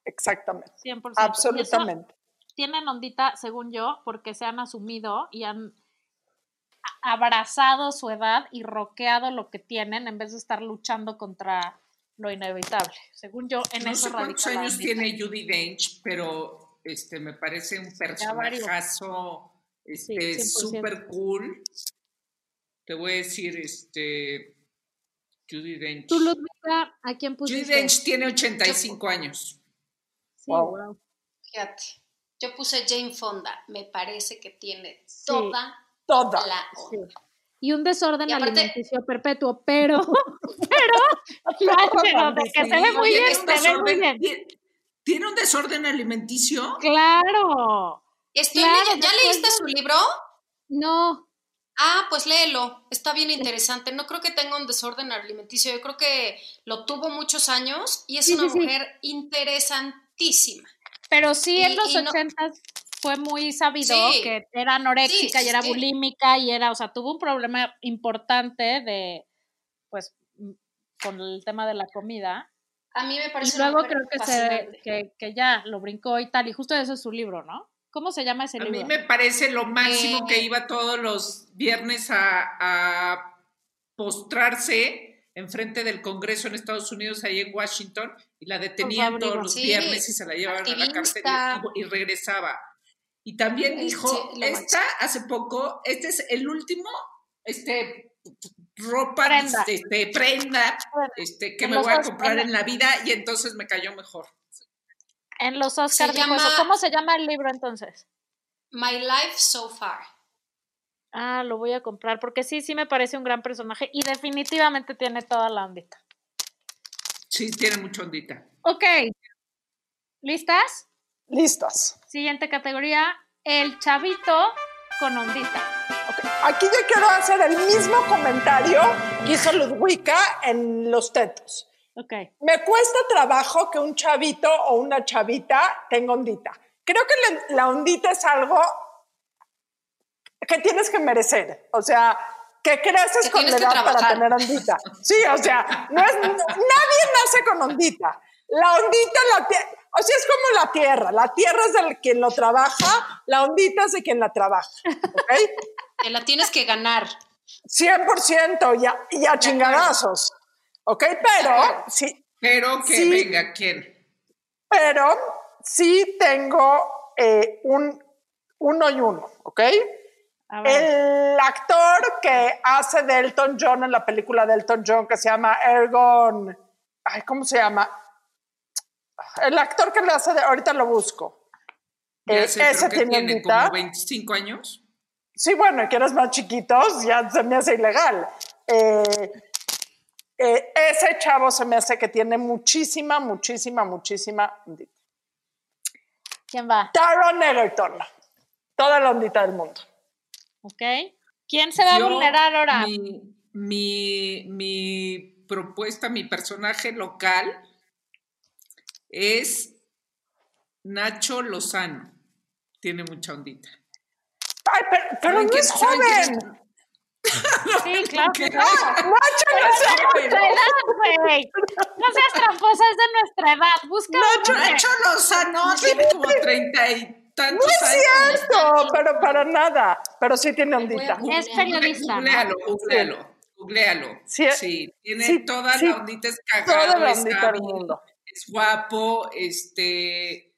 Speaker 3: Exactamente.
Speaker 2: 100%. Y eso
Speaker 3: Absolutamente.
Speaker 2: Tienen ondita, según yo, porque se han asumido y han a- abrazado su edad y roqueado lo que tienen en vez de estar luchando contra lo inevitable. Según yo, en
Speaker 4: No
Speaker 2: eso
Speaker 4: sé cuántos
Speaker 2: radica la
Speaker 4: años
Speaker 2: ondita.
Speaker 4: tiene Judy Dench, pero este, me parece un
Speaker 2: varios.
Speaker 4: personajazo este,
Speaker 2: 100%.
Speaker 4: súper cool. Te voy a decir, este, Judy Dench.
Speaker 2: Tú, Ludwika, ¿a quién
Speaker 4: Judy
Speaker 2: pusiste?
Speaker 4: Dench tiene 85 años.
Speaker 2: Sí,
Speaker 3: Wow.
Speaker 2: wow.
Speaker 1: Fíjate. Yo puse Jane Fonda. Me parece que tiene
Speaker 2: Sí.
Speaker 1: toda
Speaker 3: Toda.
Speaker 1: la onda.
Speaker 2: Y un desorden
Speaker 1: Y aparte-
Speaker 2: alimenticio perpetuo, pero, pero, claro, pero de que se ve muy
Speaker 4: Tiene
Speaker 2: bien,
Speaker 4: un
Speaker 2: se ve muy bien.
Speaker 4: desorden- ti- ¿Tiene un desorden alimenticio?
Speaker 2: Claro.
Speaker 1: Estoy
Speaker 2: Claro,
Speaker 1: leyendo- ¿Ya
Speaker 2: después
Speaker 1: leíste
Speaker 2: de-
Speaker 1: su libro?
Speaker 2: No,
Speaker 1: Ah, pues léelo. Está bien interesante. No creo que tenga un desorden alimenticio. Yo creo que lo tuvo muchos años y es
Speaker 2: Sí,
Speaker 1: una
Speaker 2: sí, sí.
Speaker 1: mujer interesantísima.
Speaker 2: pero sí
Speaker 1: Y-
Speaker 2: en los
Speaker 1: y no-
Speaker 2: ochentas fue muy sabido
Speaker 1: Sí.
Speaker 2: que era anoréxica
Speaker 1: Sí,
Speaker 2: y era
Speaker 1: sí.
Speaker 2: bulímica y era, o sea, tuvo un problema importante de, pues, m- con el tema de la comida.
Speaker 1: A mí me
Speaker 2: y
Speaker 1: parece
Speaker 2: luego
Speaker 1: una mujer
Speaker 2: creo que, se,
Speaker 1: fascinante.
Speaker 2: que, que ya lo brincó y tal, y justo de eso es su libro, ¿no? ¿Cómo se llama ese
Speaker 4: A
Speaker 2: libro?
Speaker 4: mí me parece lo máximo
Speaker 1: Eh.
Speaker 4: que iba todos los viernes a, a postrarse enfrente del Congreso en Estados Unidos, ahí en Washington, y la detenían
Speaker 2: abrigos.
Speaker 4: todos los
Speaker 1: Sí,
Speaker 4: viernes y se la llevaban a la cárcel
Speaker 1: activista.
Speaker 4: y- y, regresaba. Y también
Speaker 1: Este,
Speaker 4: dijo,
Speaker 1: lo máximo.
Speaker 4: esta hace poco, este es el último, este ropa,
Speaker 2: Prenda.
Speaker 4: este, prenda este, que
Speaker 2: En
Speaker 4: me
Speaker 2: los
Speaker 4: voy a
Speaker 2: dos,
Speaker 4: comprar
Speaker 2: en la-
Speaker 4: en la vida y entonces me cayó mejor.
Speaker 2: En los Oscars dijo
Speaker 1: llama-
Speaker 2: eso. ¿Cómo se llama el libro entonces?
Speaker 1: My Life So Far.
Speaker 2: Ah, lo voy a comprar porque sí, sí me parece un gran personaje y definitivamente tiene toda la ondita.
Speaker 4: Sí, tiene mucha ondita.
Speaker 2: Ok. ¿Listas?
Speaker 3: Listas.
Speaker 2: Siguiente categoría, el chavito con ondita.
Speaker 3: Aquí yo quiero hacer el mismo comentario que hizo Ludwika en Los Tetos.
Speaker 2: Ok.
Speaker 3: Me cuesta trabajo que un chavito o una chavita tenga ondita. Creo que le- la ondita es algo que tienes que merecer. O sea, que creces
Speaker 1: Que
Speaker 3: con la
Speaker 1: tienes que
Speaker 3: edad para
Speaker 1: trabajar.
Speaker 3: tener ondita. Sí, o sea, no es, nadie nace con ondita. La ondita la tiene. O sea, es como la tierra. La tierra es de quien lo trabaja, la ondita es de quien la trabaja. ¿Ok?
Speaker 1: Te la tienes que ganar.
Speaker 3: 100% y a, y a chingadazos. ¿Ok? Pero sí,
Speaker 4: Pero que
Speaker 3: Sí.
Speaker 4: venga, ¿quién?
Speaker 3: pero sí tengo eh, un uno y uno, ¿ok?
Speaker 2: A ver.
Speaker 3: El actor que hace de Elton John en la película de Elton John que se llama Ergon. Ay, ¿cómo se llama? El actor que le hace de. Ahorita lo busco.
Speaker 4: Ya
Speaker 3: Eh,
Speaker 4: sé, pero
Speaker 3: ese
Speaker 4: que
Speaker 3: tiene
Speaker 4: tiene
Speaker 3: ondita.
Speaker 4: como 25 años.
Speaker 3: Sí, bueno, y que eres más chiquitos, ya se me hace ilegal. Eh, eh, ese chavo se me hace que tiene muchísima, muchísima, muchísima ondita.
Speaker 2: ¿Quién va?
Speaker 3: Taron Egerton. Toda la ondita del mundo.
Speaker 2: ¿Ok? ¿Quién se va a
Speaker 4: Yo,
Speaker 2: vulnerar ahora?
Speaker 4: Mi, mi, mi propuesta, mi personaje local es Nacho Lozano. Tiene mucha ondita.
Speaker 3: Ay, pero, pero
Speaker 4: ¿Saben
Speaker 3: no
Speaker 4: quién-
Speaker 3: es
Speaker 4: saben quién
Speaker 3: joven.
Speaker 2: Sí, claro.
Speaker 4: ¿Qué?
Speaker 2: que no.
Speaker 3: Nacho
Speaker 2: Pero es de nuestra
Speaker 3: Lozano.
Speaker 2: edad, güey. No seas tramposa, es de nuestra edad. Busca
Speaker 4: Nacho,
Speaker 2: un hombre.
Speaker 4: Nacho Lozano tiene como treinta y
Speaker 3: No
Speaker 4: tantos
Speaker 3: es
Speaker 4: años.
Speaker 3: cierto, pero para nada. Pero sí tiene ondita.
Speaker 1: Huevo.
Speaker 2: Es periodista. ¿no?
Speaker 4: Googlealo, googlealo, googlealo.
Speaker 3: Sí,
Speaker 4: Sí, tiene
Speaker 3: sí,
Speaker 4: toda
Speaker 3: sí,
Speaker 4: la ondita, es
Speaker 3: Toda
Speaker 4: cagado,
Speaker 3: la
Speaker 4: es
Speaker 3: ondita del
Speaker 4: hábil,
Speaker 3: mundo.
Speaker 4: es guapo, este,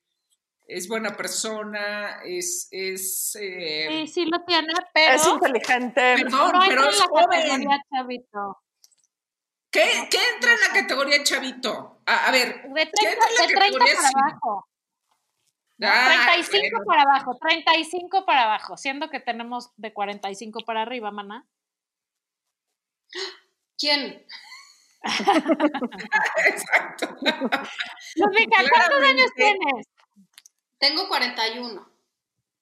Speaker 4: es buena persona, es, es, eh,
Speaker 2: Sí, sí lo tiene, pero
Speaker 3: Es inteligente.
Speaker 4: perdón,
Speaker 2: no
Speaker 4: pero
Speaker 2: entra en
Speaker 4: es
Speaker 2: la
Speaker 4: joven.
Speaker 2: categoría chavito.
Speaker 4: ¿Qué, qué entra en la categoría chavito? A, a ver,
Speaker 2: De 30,
Speaker 4: ¿qué entra en la
Speaker 2: de 30
Speaker 4: categoría
Speaker 2: para
Speaker 4: sí?
Speaker 2: abajo.
Speaker 4: Ah,
Speaker 2: 35
Speaker 4: bueno,
Speaker 2: para abajo, 35 para abajo, siendo que tenemos de 45 para arriba, maná.
Speaker 1: ¿Quién?
Speaker 4: exacto.
Speaker 2: Ludvika, ¿cuántos
Speaker 4: Claramente.
Speaker 2: años tienes?
Speaker 1: Tengo 41.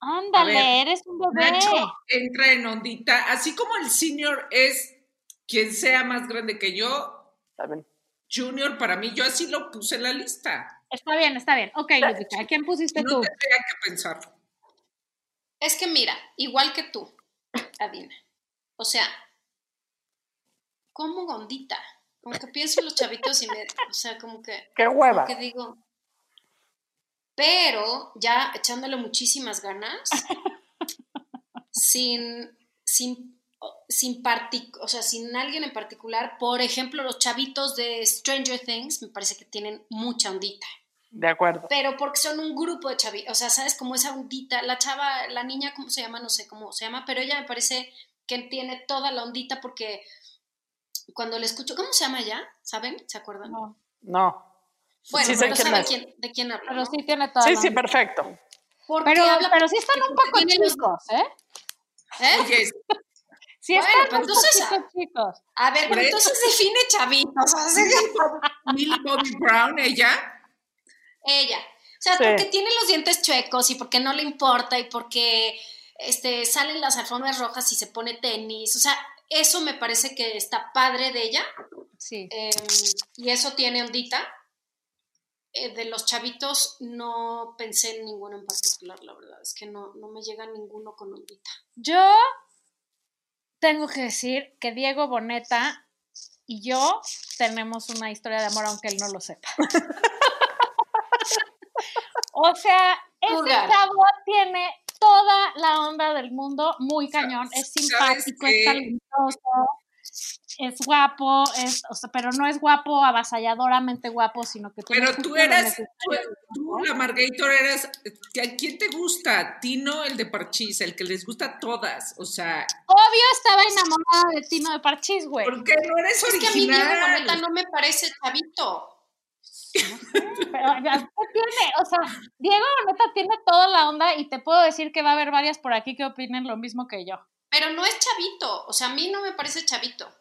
Speaker 4: A
Speaker 2: Ándale, eres un bebé.
Speaker 4: Nacho entra en ondita, así como el senior es quien sea más grande que yo,
Speaker 3: Está bien.
Speaker 4: junior para mí, yo así lo puse en la lista.
Speaker 2: Está bien, está bien. Ok, Ludvika, ¿a quién pusiste
Speaker 4: No
Speaker 2: tú?
Speaker 4: tendría que pensarlo.
Speaker 1: Es que mira, igual que tú, Adina. O sea, como gondita. Como que pienso en los chavitos y me. O sea, como que.
Speaker 3: Qué hueva.
Speaker 1: como que digo. Pero ya echándole muchísimas ganas, sin, sin, sin, parti- o sea, sin alguien en particular. Por ejemplo, los chavitos de Stranger Things me parece que tienen mucha ondita
Speaker 3: De acuerdo.
Speaker 1: pero porque son un grupo de chavitos, o sea, sabes, como esa ondita, la chava, la niña, ¿cómo se llama? No sé cómo se llama, pero ella me parece que tiene toda la ondita porque cuando le escucho, ¿cómo se llama ya? ¿Saben? ¿Se acuerdan?
Speaker 2: No,
Speaker 3: No.
Speaker 1: Bueno,
Speaker 3: Sí, sé
Speaker 1: pero
Speaker 3: quién
Speaker 1: saben
Speaker 3: es.
Speaker 1: quién- de quién hablo.
Speaker 2: pero
Speaker 1: ¿no?
Speaker 2: sí tiene toda
Speaker 3: Sí,
Speaker 2: la
Speaker 3: sí,
Speaker 2: onda.
Speaker 3: perfecto.
Speaker 1: Porque
Speaker 2: Pero,
Speaker 1: habla-
Speaker 2: pero sí están un
Speaker 1: porque
Speaker 2: poco
Speaker 1: tiene los-
Speaker 2: chicos, ¿eh?
Speaker 1: ¿Eh?
Speaker 4: Oye,
Speaker 2: Sí
Speaker 1: Bueno,
Speaker 2: están
Speaker 1: pues
Speaker 2: un
Speaker 1: entonces,
Speaker 2: poquito chicos.
Speaker 1: A ver, pero
Speaker 4: Por eso-
Speaker 1: entonces define chavitos. o sea, sí.
Speaker 4: Millie Bobby Brown, ella,
Speaker 1: Ella. O sea,
Speaker 3: Sí.
Speaker 1: porque tiene los dientes chuecos y porque no le importa y porque este, salen las alfombras rojas y se pone tenis. O sea, eso me parece que está padre de ella.
Speaker 2: Sí.
Speaker 1: eh, y eso tiene ondita. Eh, de los chavitos no pensé en ninguno en particular, la verdad. Es que no, no me llega ninguno con ondita.
Speaker 2: Yo tengo que decir que Diego Boneta y yo tenemos una historia de amor, aunque él no lo sepa. o sea, este
Speaker 1: Pulgar.
Speaker 2: chavo tiene toda la onda del mundo, muy cañón, es
Speaker 4: ¿sabes
Speaker 2: simpático,
Speaker 4: qué?
Speaker 2: es talentoso. Es guapo, es, o sea, pero no es guapo, avasalladoramente guapo, sino que tiene
Speaker 4: pero
Speaker 2: justo
Speaker 4: tú
Speaker 2: lo
Speaker 4: eras,
Speaker 2: necesario.
Speaker 4: tú, tú, la Margator eras, ¿a quién te gusta? Tino, el de Parchís, el que les gusta a todas, o sea,
Speaker 2: Obvio estaba enamorada de Tino de Parchís, güey.
Speaker 4: ¿por qué no eres
Speaker 1: Es que a mí Diego
Speaker 4: original?
Speaker 1: Boneta no me parece chavito.
Speaker 2: Pero, ¿qué tiene? O sea, Diego neta tiene toda la onda y te puedo decir que va a haber varias por aquí que opinen lo mismo que yo.
Speaker 1: Pero no es chavito. O sea, a mí no me parece chavito.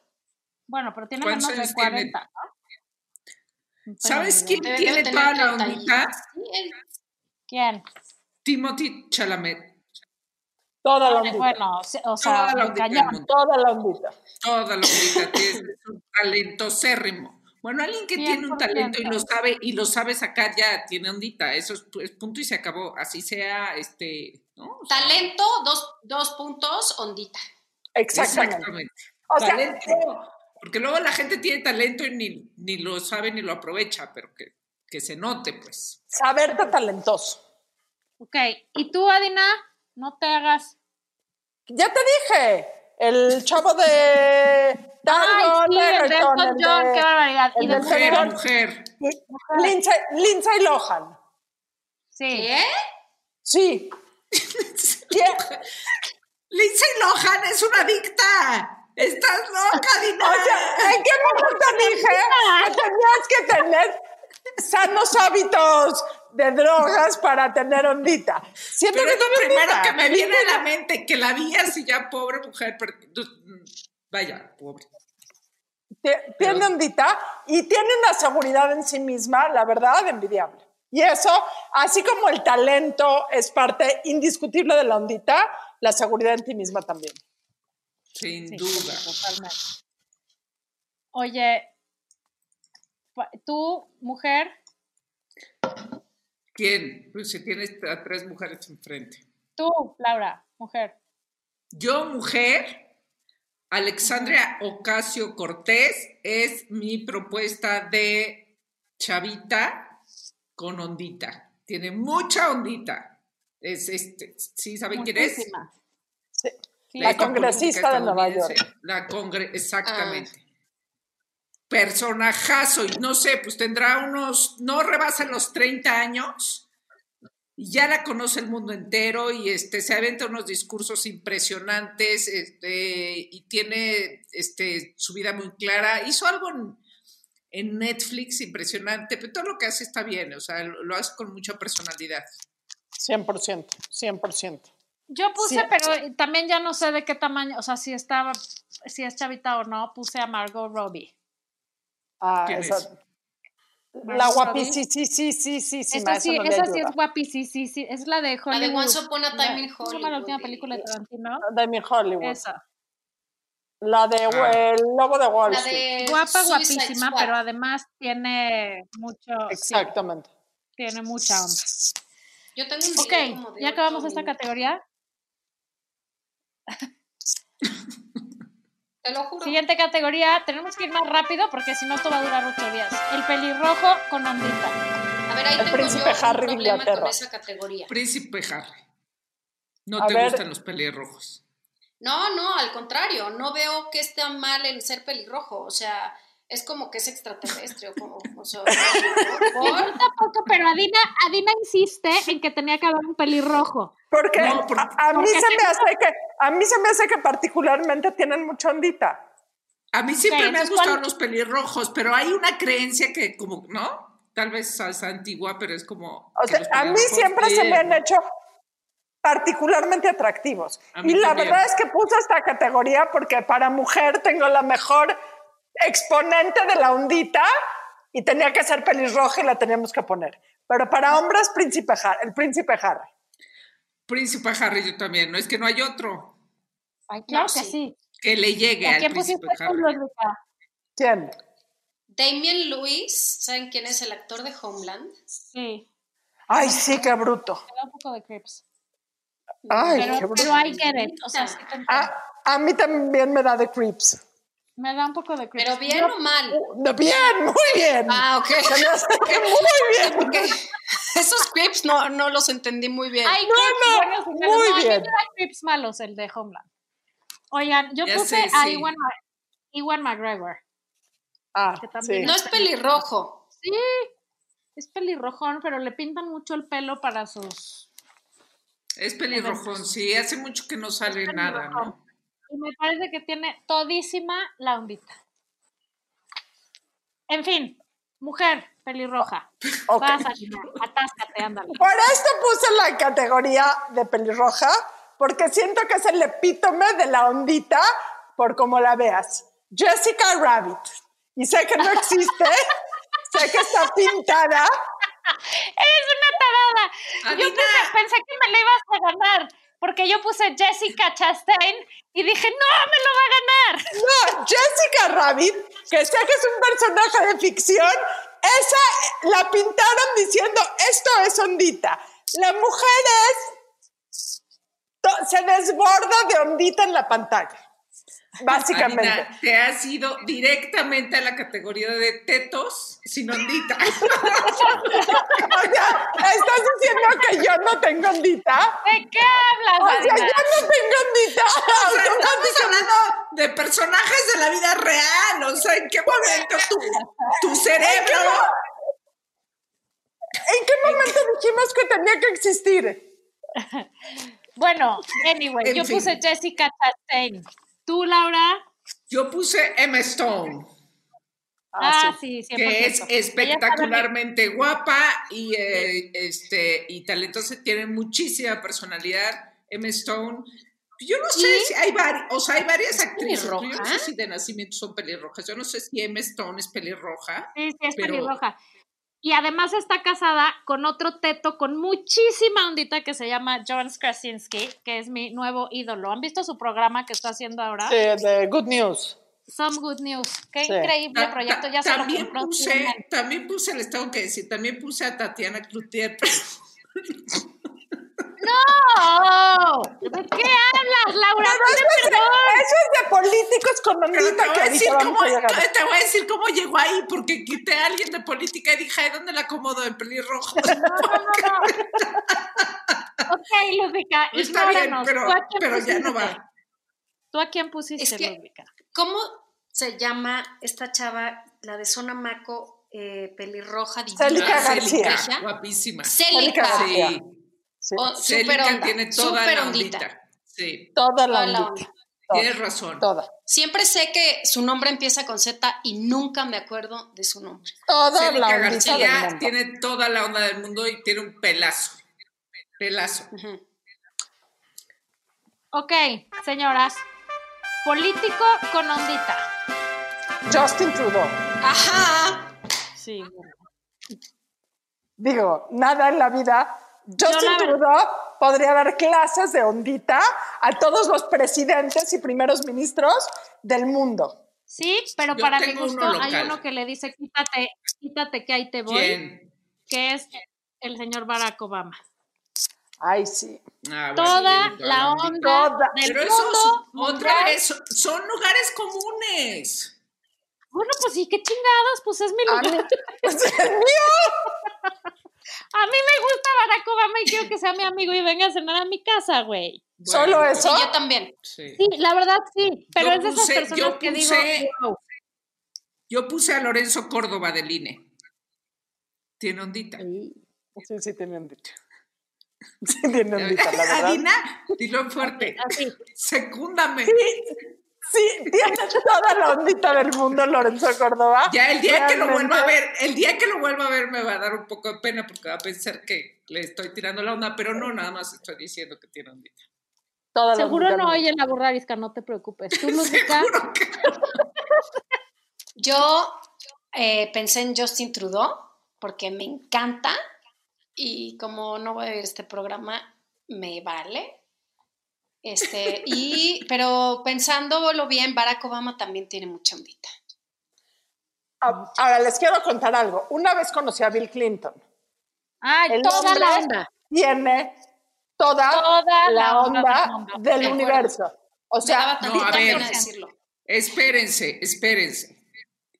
Speaker 2: Bueno, pero tiene
Speaker 4: ¿Cuántos
Speaker 2: menos de
Speaker 4: años tiene?
Speaker 2: 40, ¿no?
Speaker 4: ¿Sabes
Speaker 2: Pero,
Speaker 4: quién
Speaker 1: Debe
Speaker 4: tiene toda
Speaker 1: tener
Speaker 4: la
Speaker 1: 30 y-
Speaker 4: ondita?
Speaker 1: Sí, él-
Speaker 2: ¿Quién?
Speaker 4: Timothy Chalamet,
Speaker 3: Toda la ondita.
Speaker 2: Bueno, o se- o sea,
Speaker 4: toda la ondita del
Speaker 2: cañón.
Speaker 4: mundo.
Speaker 3: Toda la ondita.
Speaker 4: toda la vida es un talentosérrimo. Bueno, alguien que tiene un talento y lo
Speaker 2: 100%.
Speaker 4: sabe y lo sabe sacar ya tiene ondita, eso es, es punto y se acabó, así sea este, ¿no? O sea,
Speaker 1: Talento, dos, dos puntos, ondita.
Speaker 3: Exactamente.
Speaker 4: Exactamente.
Speaker 3: O sea, eh,
Speaker 4: Talento, porque luego la gente tiene talento y ni, ni lo sabe ni lo aprovecha, pero que que se note, pues.
Speaker 3: Saberte talentoso.
Speaker 2: Ok, y tú, Adina, no te hagas.
Speaker 3: Ya te dije, el chavo de Dargo
Speaker 2: Ay, sí, el de
Speaker 3: Lagerton,
Speaker 2: Elton John,
Speaker 3: el
Speaker 2: qué barbaridad.
Speaker 3: el
Speaker 2: Y
Speaker 3: del
Speaker 2: después-
Speaker 4: Mujer,
Speaker 3: Perdón.
Speaker 4: mujer.
Speaker 3: de- Lindsay, Lindsay Lohan.
Speaker 2: sí.
Speaker 1: ¿Qué?
Speaker 3: Sí. Tie-
Speaker 4: Lindsay Lohan es una adicta. Estás loca, Dina.
Speaker 3: O sea, ¿en qué momento dije que tenías que tener sanos hábitos de drogas para tener ondita? Siento
Speaker 4: Pero
Speaker 3: que
Speaker 4: es lo
Speaker 3: tengo
Speaker 4: primero
Speaker 3: ondita.
Speaker 4: que me viene a la mente, que la vi así ya, pobre mujer. pero- pues, vaya, pobre.
Speaker 3: Tie- Tiene ondita y tiene una seguridad en sí misma, la verdad, envidiable. Y eso, así como el talento es parte indiscutible de la ondita, la seguridad en ti misma también.
Speaker 4: Sin
Speaker 2: Sí,
Speaker 4: duda.
Speaker 2: Totalmente. Oye, pa- tú, mujer,
Speaker 4: ¿Quién? Pues si tienes a tres mujeres enfrente.
Speaker 2: tú, Laura, mujer.
Speaker 4: Yo, mujer, Alexandria Ocasio Cortés es mi propuesta de chavita con ondita. Tiene mucha ondita. Es este, sí, ¿saben quién
Speaker 2: muchísima.
Speaker 3: Sí.
Speaker 2: Sí,
Speaker 4: es?
Speaker 3: La
Speaker 4: esta
Speaker 3: congresista
Speaker 4: política
Speaker 3: de Nueva
Speaker 4: estadounidense. La congre, exactamente.
Speaker 1: Ah.
Speaker 4: Personajazo, y no sé, pues tendrá unos, no rebasa los 30 años. y ya la conoce el mundo entero y este, se aventa unos discursos impresionantes este, y tiene este, su vida muy clara. Hizo algo en, en Netflix impresionante, pero todo lo que hace está bien, o sea, lo, lo hace con mucha personalidad.
Speaker 3: 100%, 100%.
Speaker 2: Yo puse,
Speaker 3: Sí.
Speaker 2: pero también ya no sé de qué tamaño, o sea, si estaba, si es chavita o no, puse a Margot Robbie.
Speaker 3: Ah,
Speaker 4: ¿Quién
Speaker 3: esa-
Speaker 4: es?
Speaker 3: La
Speaker 2: Margot
Speaker 3: guapísima,
Speaker 2: Robbie.
Speaker 3: sí, sí, sí, sí, sí, sí,
Speaker 2: Esa
Speaker 3: ma, eso
Speaker 2: sí,
Speaker 3: no me
Speaker 2: esa
Speaker 3: ayuda.
Speaker 2: sí es guapi, sí, sí, sí, es la de
Speaker 1: La
Speaker 2: Hollywood.
Speaker 1: de Once Upon a Time in
Speaker 2: ¿Cómo se llama la última
Speaker 1: Hollywood,
Speaker 2: película de
Speaker 1: eh,
Speaker 2: Tarantino?
Speaker 3: de mi Hollywood.
Speaker 2: Esa.
Speaker 3: La de
Speaker 4: Ah.
Speaker 3: El Lobo de Wall
Speaker 1: La
Speaker 3: Street.
Speaker 1: de
Speaker 2: Guapa,
Speaker 1: Suicide
Speaker 2: guapísima,
Speaker 1: Squad.
Speaker 2: pero además tiene mucho, sí,
Speaker 3: Exactamente.
Speaker 2: tiene mucha onda.
Speaker 1: Yo tengo un video como
Speaker 2: Ok,
Speaker 1: de
Speaker 2: ya acabamos
Speaker 1: ocho
Speaker 2: esta
Speaker 1: minutos.
Speaker 2: categoría.
Speaker 1: Te lo juro.
Speaker 2: Siguiente categoría, tenemos que ir más rápido porque si no esto va a durar ocho días. El pelirrojo con ondita.
Speaker 1: A ver, ahí
Speaker 3: El
Speaker 1: tengo
Speaker 3: príncipe
Speaker 1: yo
Speaker 3: Harry
Speaker 1: un
Speaker 3: de
Speaker 1: problema
Speaker 3: Inglaterra.
Speaker 1: con esa categoría.
Speaker 4: Príncipe Harry. No
Speaker 3: A
Speaker 4: te
Speaker 3: ver.
Speaker 4: gustan los pelirrojos.
Speaker 1: No, no, al contrario, no veo que esté mal en ser pelirrojo, o sea, es como que es extraterrestre o como, o sea, ¿por?
Speaker 2: Tampoco, pero Adina, Adina insiste en que tenía que haber un pelirrojo.
Speaker 3: Porque
Speaker 4: No, por-
Speaker 3: a, a mí
Speaker 2: porque
Speaker 3: se me
Speaker 2: tengo-
Speaker 3: hace que a mí se me hace que particularmente tienen mucha ondita.
Speaker 4: A mí siempre me han
Speaker 2: entonces,
Speaker 4: gustado
Speaker 2: ¿cuál-
Speaker 4: los pelirrojos, pero hay una creencia que como, ¿no? Tal vez es antigua, pero es como...
Speaker 3: O
Speaker 4: que
Speaker 3: sea,
Speaker 4: los
Speaker 3: a mí
Speaker 4: pelirrojos
Speaker 3: siempre se me
Speaker 4: tienen-
Speaker 3: han hecho particularmente atractivos.
Speaker 4: A mí
Speaker 3: Y la
Speaker 4: también.
Speaker 3: verdad es que puse esta categoría porque para mujer tengo la mejor exponente de la ondita y tenía que ser pelirroja y la teníamos que poner. Pero para hombres, príncipe Har- el príncipe Harry.
Speaker 4: Príncipe Harry yo también, no es que no hay otro
Speaker 2: Ay, claro
Speaker 1: No,
Speaker 2: que
Speaker 1: sí.
Speaker 2: sí.
Speaker 4: que le llegue
Speaker 2: ¿A
Speaker 4: al
Speaker 2: quién pusiste
Speaker 4: príncipe
Speaker 2: tú,
Speaker 4: Harry.
Speaker 2: Ludwika?
Speaker 3: ¿Quién?
Speaker 1: Damien Lewis, ¿saben quién es el actor de Homeland?
Speaker 2: Sí,
Speaker 3: Ay, sí, qué bruto.
Speaker 2: me da un poco de creeps.
Speaker 3: Ay,
Speaker 2: Pero,
Speaker 3: qué Ah. bruto.
Speaker 2: pero I get it. O sea, sí te entiendo.
Speaker 3: A, a mí también me da de creeps.
Speaker 2: me da un poco de creeps.
Speaker 1: Pero bien
Speaker 2: Yo-
Speaker 1: o mal.
Speaker 3: No, Bien, muy bien.
Speaker 1: Ah, ok.
Speaker 3: Se me hace que muy bien.
Speaker 1: Ok. Esos clips no, no los entendí muy bien.
Speaker 2: Hay creeps
Speaker 3: no,
Speaker 2: buenos y malos.
Speaker 3: muy
Speaker 2: No, a mí
Speaker 3: bien.
Speaker 2: me da creeps malos el de Homeland. Oigan, yo
Speaker 4: Ya
Speaker 2: puse
Speaker 4: sé,
Speaker 2: a
Speaker 4: sí.
Speaker 2: Iwan, Ma- Iwan McGregor.
Speaker 3: Ah,
Speaker 2: Que también
Speaker 3: sí.
Speaker 1: No es pelirrojo.
Speaker 2: Sí, es pelirrojón, pero le pintan mucho el pelo para sus...
Speaker 4: Es pelirrojón, sí, hace mucho que no sale nada, ¿no?
Speaker 2: Y me parece que tiene todísima la ondita. En fin, mujer pelirroja.
Speaker 3: Ok.
Speaker 2: Vas a llenar, atáscate, ándale.
Speaker 3: Por esto puse la categoría de pelirroja, porque siento que es el epítome de la ondita, por como la veas. Jessica Rabbit. Y sé que no existe, sé que está pintada.
Speaker 2: ¡Eres una tarada! Yo
Speaker 4: Adina.
Speaker 2: puse- pensé que me la ibas a ganar, porque yo puse Jessica Chastain y dije, ¡no, me lo va a ganar!
Speaker 3: No, Jessica Rabbit, que sé que es un personaje de ficción, esa la pintaron diciendo, esto es ondita. La mujer es, to- se desborda de ondita en la pantalla. Básicamente.
Speaker 4: Adina, te has ido directamente a la categoría de tetos sin ondita.
Speaker 3: O sea, estás diciendo que yo no tengo ondita.
Speaker 2: ¿De qué
Speaker 3: O
Speaker 2: hablas,
Speaker 3: sea, yo
Speaker 2: Adina?
Speaker 3: no tengo ondita.
Speaker 4: O sea,
Speaker 3: Automáticamente.
Speaker 4: estamos hablando de personajes de la vida real. O sea, ¿en qué momento tu, tu cerebro?
Speaker 3: ¿En qué momento dijimos que tenía que existir?
Speaker 2: Bueno, anyway,
Speaker 4: En
Speaker 2: yo
Speaker 4: fin.
Speaker 2: puse Jessica Chastain. ¿Tú, Laura?
Speaker 4: Yo puse Emma Stone,
Speaker 2: Ah,
Speaker 3: sí.
Speaker 2: sí, 100%.
Speaker 4: que es
Speaker 2: Ella está
Speaker 4: espectacularmente guapa y, eh, este, y talentosa, tiene muchísima personalidad. Emma Stone. Yo no sé
Speaker 2: Y-
Speaker 4: si hay varias, o sea, hay varias actrices. pero Yo no sé
Speaker 1: pelirroja.
Speaker 4: si de nacimiento son pelirrojas. Yo no sé si Emma Stone es pelirroja.
Speaker 2: Sí, sí, es
Speaker 4: Pero-
Speaker 2: pelirroja. Y además está casada con otro teto con muchísima ondita que se llama John Krasinski, que es mi nuevo ídolo. ¿Han visto su programa que está haciendo ahora?
Speaker 3: Sí, de Good News.
Speaker 2: Some Good News. Qué
Speaker 3: Sí.
Speaker 2: increíble
Speaker 4: Ta-
Speaker 2: proyecto.
Speaker 4: ta-
Speaker 2: Ya se lo
Speaker 4: también
Speaker 2: compró
Speaker 4: puse,
Speaker 2: Spielman.
Speaker 4: también puse, les tengo que decir, también puse a Tatiana Cloutier, pero
Speaker 2: ¡No! ¡Oh! ¿De qué hablas, Laura?
Speaker 3: Pero eso es, de, eso es de políticos con
Speaker 4: pero te,
Speaker 3: ondita
Speaker 4: voy
Speaker 3: que
Speaker 4: a decir
Speaker 3: ahorita
Speaker 4: cómo,
Speaker 3: vamos a llegar.
Speaker 4: te voy a decir cómo llegó ahí, porque quité a alguien de política y dije, ay, ¿dónde la acomodo? En pelirrojo.
Speaker 2: No, no, no. ok, Ludvika,
Speaker 4: Está bien,
Speaker 2: ignóranos.
Speaker 4: pero,
Speaker 2: ¿Tú a quién
Speaker 4: pero ya no
Speaker 2: pusiste?
Speaker 4: va.
Speaker 2: ¿Tú a quién pusiste,
Speaker 1: Es que-
Speaker 2: Ludvika?
Speaker 1: ¿Cómo se llama esta chava, la de Zona Maco, eh, pelirroja,
Speaker 3: Célica
Speaker 4: Ah,
Speaker 1: divina?
Speaker 3: García.
Speaker 4: Célica, guapísima.
Speaker 1: Célica.
Speaker 3: Célica.
Speaker 4: Sí,
Speaker 3: García. Sí,
Speaker 1: Oh, super
Speaker 4: Célica
Speaker 1: onda,
Speaker 4: tiene toda
Speaker 1: super
Speaker 4: la
Speaker 1: ondita.
Speaker 4: ondita. Sí,
Speaker 3: toda la
Speaker 1: toda la
Speaker 3: ondita.
Speaker 1: onda.
Speaker 4: tienes razón.
Speaker 3: Toda.
Speaker 1: Siempre sé que su nombre empieza con Z y nunca me acuerdo de su nombre.
Speaker 3: Toda la
Speaker 4: Célica
Speaker 3: ondita del
Speaker 4: García
Speaker 3: mundo.
Speaker 4: tiene toda la onda del mundo y tiene un pelazo. Pelazo.
Speaker 1: Ujú.
Speaker 2: Ok, señoras. Político con ondita.
Speaker 3: Justin Trudeau.
Speaker 1: Ajá.
Speaker 2: Sí.
Speaker 3: Digo, nada en la vida. Justin
Speaker 2: la verdad-
Speaker 3: Trudeau podría dar clases de ondita a todos los presidentes y primeros ministros del mundo.
Speaker 2: Sí, pero
Speaker 4: Yo
Speaker 2: para mi
Speaker 4: tengo uno
Speaker 2: gusto hay
Speaker 4: local.
Speaker 2: uno que le dice quítate, quítate que ahí te voy,
Speaker 4: ¿Quién?
Speaker 2: que es el señor Barack Obama.
Speaker 3: Ay, sí.
Speaker 4: Ah, bueno,
Speaker 2: Toda
Speaker 4: tiene toda
Speaker 2: la
Speaker 4: ondita.
Speaker 2: onda
Speaker 3: Toda.
Speaker 2: del
Speaker 4: Pero
Speaker 2: mundo.
Speaker 4: esos, otra
Speaker 2: mundial.
Speaker 4: vez, son- son lugares comunes.
Speaker 2: Bueno, pues sí, qué chingados, pues es mi
Speaker 3: A
Speaker 2: lugar.
Speaker 3: mí, el mío.
Speaker 2: A mí me gusta Barack Obama y quiero que sea mi amigo y venga a cenar a mi casa, güey.
Speaker 3: Solo eso.
Speaker 1: Sí, yo también.
Speaker 4: Sí.
Speaker 2: Sí, la verdad sí, pero
Speaker 4: Yo
Speaker 2: es de esas
Speaker 4: puse-
Speaker 2: personas
Speaker 4: yo
Speaker 2: que digo,
Speaker 4: puse-
Speaker 2: wow.
Speaker 4: Yo puse a Lorenzo Córdoba del INE. Tiene ondita.
Speaker 3: Sí, sí, tiene ondita. Sí, tiene ondita, la verdad.
Speaker 4: Adina, dilo fuerte.
Speaker 2: Así.
Speaker 4: Secúndame.
Speaker 3: Sí, tiene toda la ondita del mundo, Lorenzo Córdoba.
Speaker 4: Ya el día que lo vuelva a
Speaker 3: Realmente.
Speaker 4: ver, el día que lo vuelva a ver me va a dar un poco de pena porque va a pensar que le estoy tirando la onda, pero no, nada más estoy diciendo que tiene ondita.
Speaker 3: Toda la
Speaker 2: Seguro
Speaker 3: ondita del
Speaker 2: no
Speaker 3: mundo.
Speaker 2: oyen la burra arisca, no te preocupes. Tú, Lucica,
Speaker 4: Seguro que
Speaker 1: Yo eh, pensé en Justin Trudeau porque me encanta y como no voy a ver este programa, me vale. Este, y, pero pensándolo bien, Barack Obama también tiene mucha ondita.
Speaker 3: Ah, Ahora les quiero contar algo. Una vez conocí a Bill Clinton.
Speaker 2: ay,
Speaker 3: El
Speaker 2: toda la
Speaker 3: hombre ah,
Speaker 2: onda.
Speaker 3: Tiene toda,
Speaker 2: Toda la
Speaker 3: la
Speaker 2: onda del
Speaker 3: onda
Speaker 2: mundo.
Speaker 3: del
Speaker 1: De acuerdo.
Speaker 3: universo. O
Speaker 1: Me
Speaker 3: sea,
Speaker 4: no,
Speaker 1: daba tantita
Speaker 4: a ver.
Speaker 1: pena decirlo.
Speaker 4: Espérense, espérense.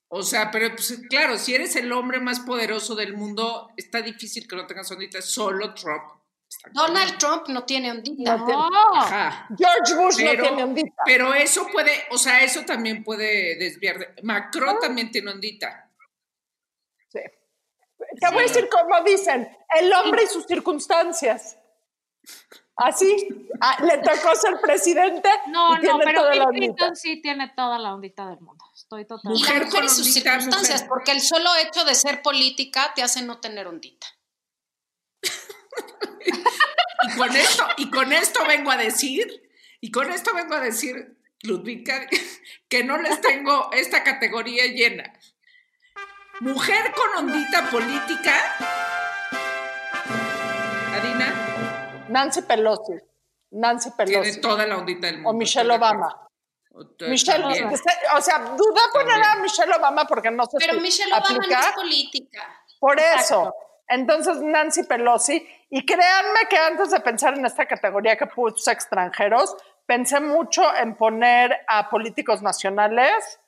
Speaker 4: O sea, pero pues, claro, si eres el hombre más poderoso del mundo, está difícil que no tengas ondita. Solo Trump. está
Speaker 1: Donald Trump no tiene ondita.
Speaker 2: No,
Speaker 3: No tiene-
Speaker 4: Ajá.
Speaker 3: George Bush no
Speaker 4: Pero,
Speaker 3: tiene ondita.
Speaker 4: pero eso puede, o sea, eso también puede desviar. de- Macron también tiene ondita.
Speaker 3: Sí. Te voy a decir como dicen, el hombre y sus circunstancias. Así, ah, le tocó ser presidente
Speaker 2: no,
Speaker 3: y
Speaker 2: no,
Speaker 3: tiene
Speaker 2: pero
Speaker 3: toda la
Speaker 2: Bill
Speaker 3: ondita.
Speaker 2: Clinton sí tiene toda la ondita del mundo. Estoy
Speaker 1: Y
Speaker 2: totalmente.
Speaker 1: la
Speaker 4: Mujer
Speaker 1: mujer y
Speaker 4: con
Speaker 1: sus
Speaker 4: ondita,
Speaker 1: circunstancias,
Speaker 4: mujer.
Speaker 1: porque el solo hecho de ser política te hace no tener ondita.
Speaker 4: Y con esto, y con esto vengo a decir, y con esto vengo a decir, Ludvika, que no les tengo esta categoría llena. Mujer con ondita política. Adina.
Speaker 3: Nancy Pelosi. Nancy
Speaker 4: Tiene
Speaker 3: Pelosi.
Speaker 4: toda la ondita del mundo.
Speaker 3: O Michelle
Speaker 4: estoy de
Speaker 3: Obama.
Speaker 4: acuerdo. O tú
Speaker 3: Michelle,
Speaker 4: también.
Speaker 3: o sea, duda poner a Michelle Obama porque no
Speaker 4: Pues
Speaker 3: se
Speaker 1: Pero
Speaker 3: su-
Speaker 1: Michelle Obama
Speaker 3: aplica.
Speaker 1: no es política.
Speaker 3: Por eso.
Speaker 2: Exacto.
Speaker 3: Entonces, Nancy Pelosi, y créanme que antes de pensar en esta categoría que puse extranjeros, pensé mucho en poner a políticos nacionales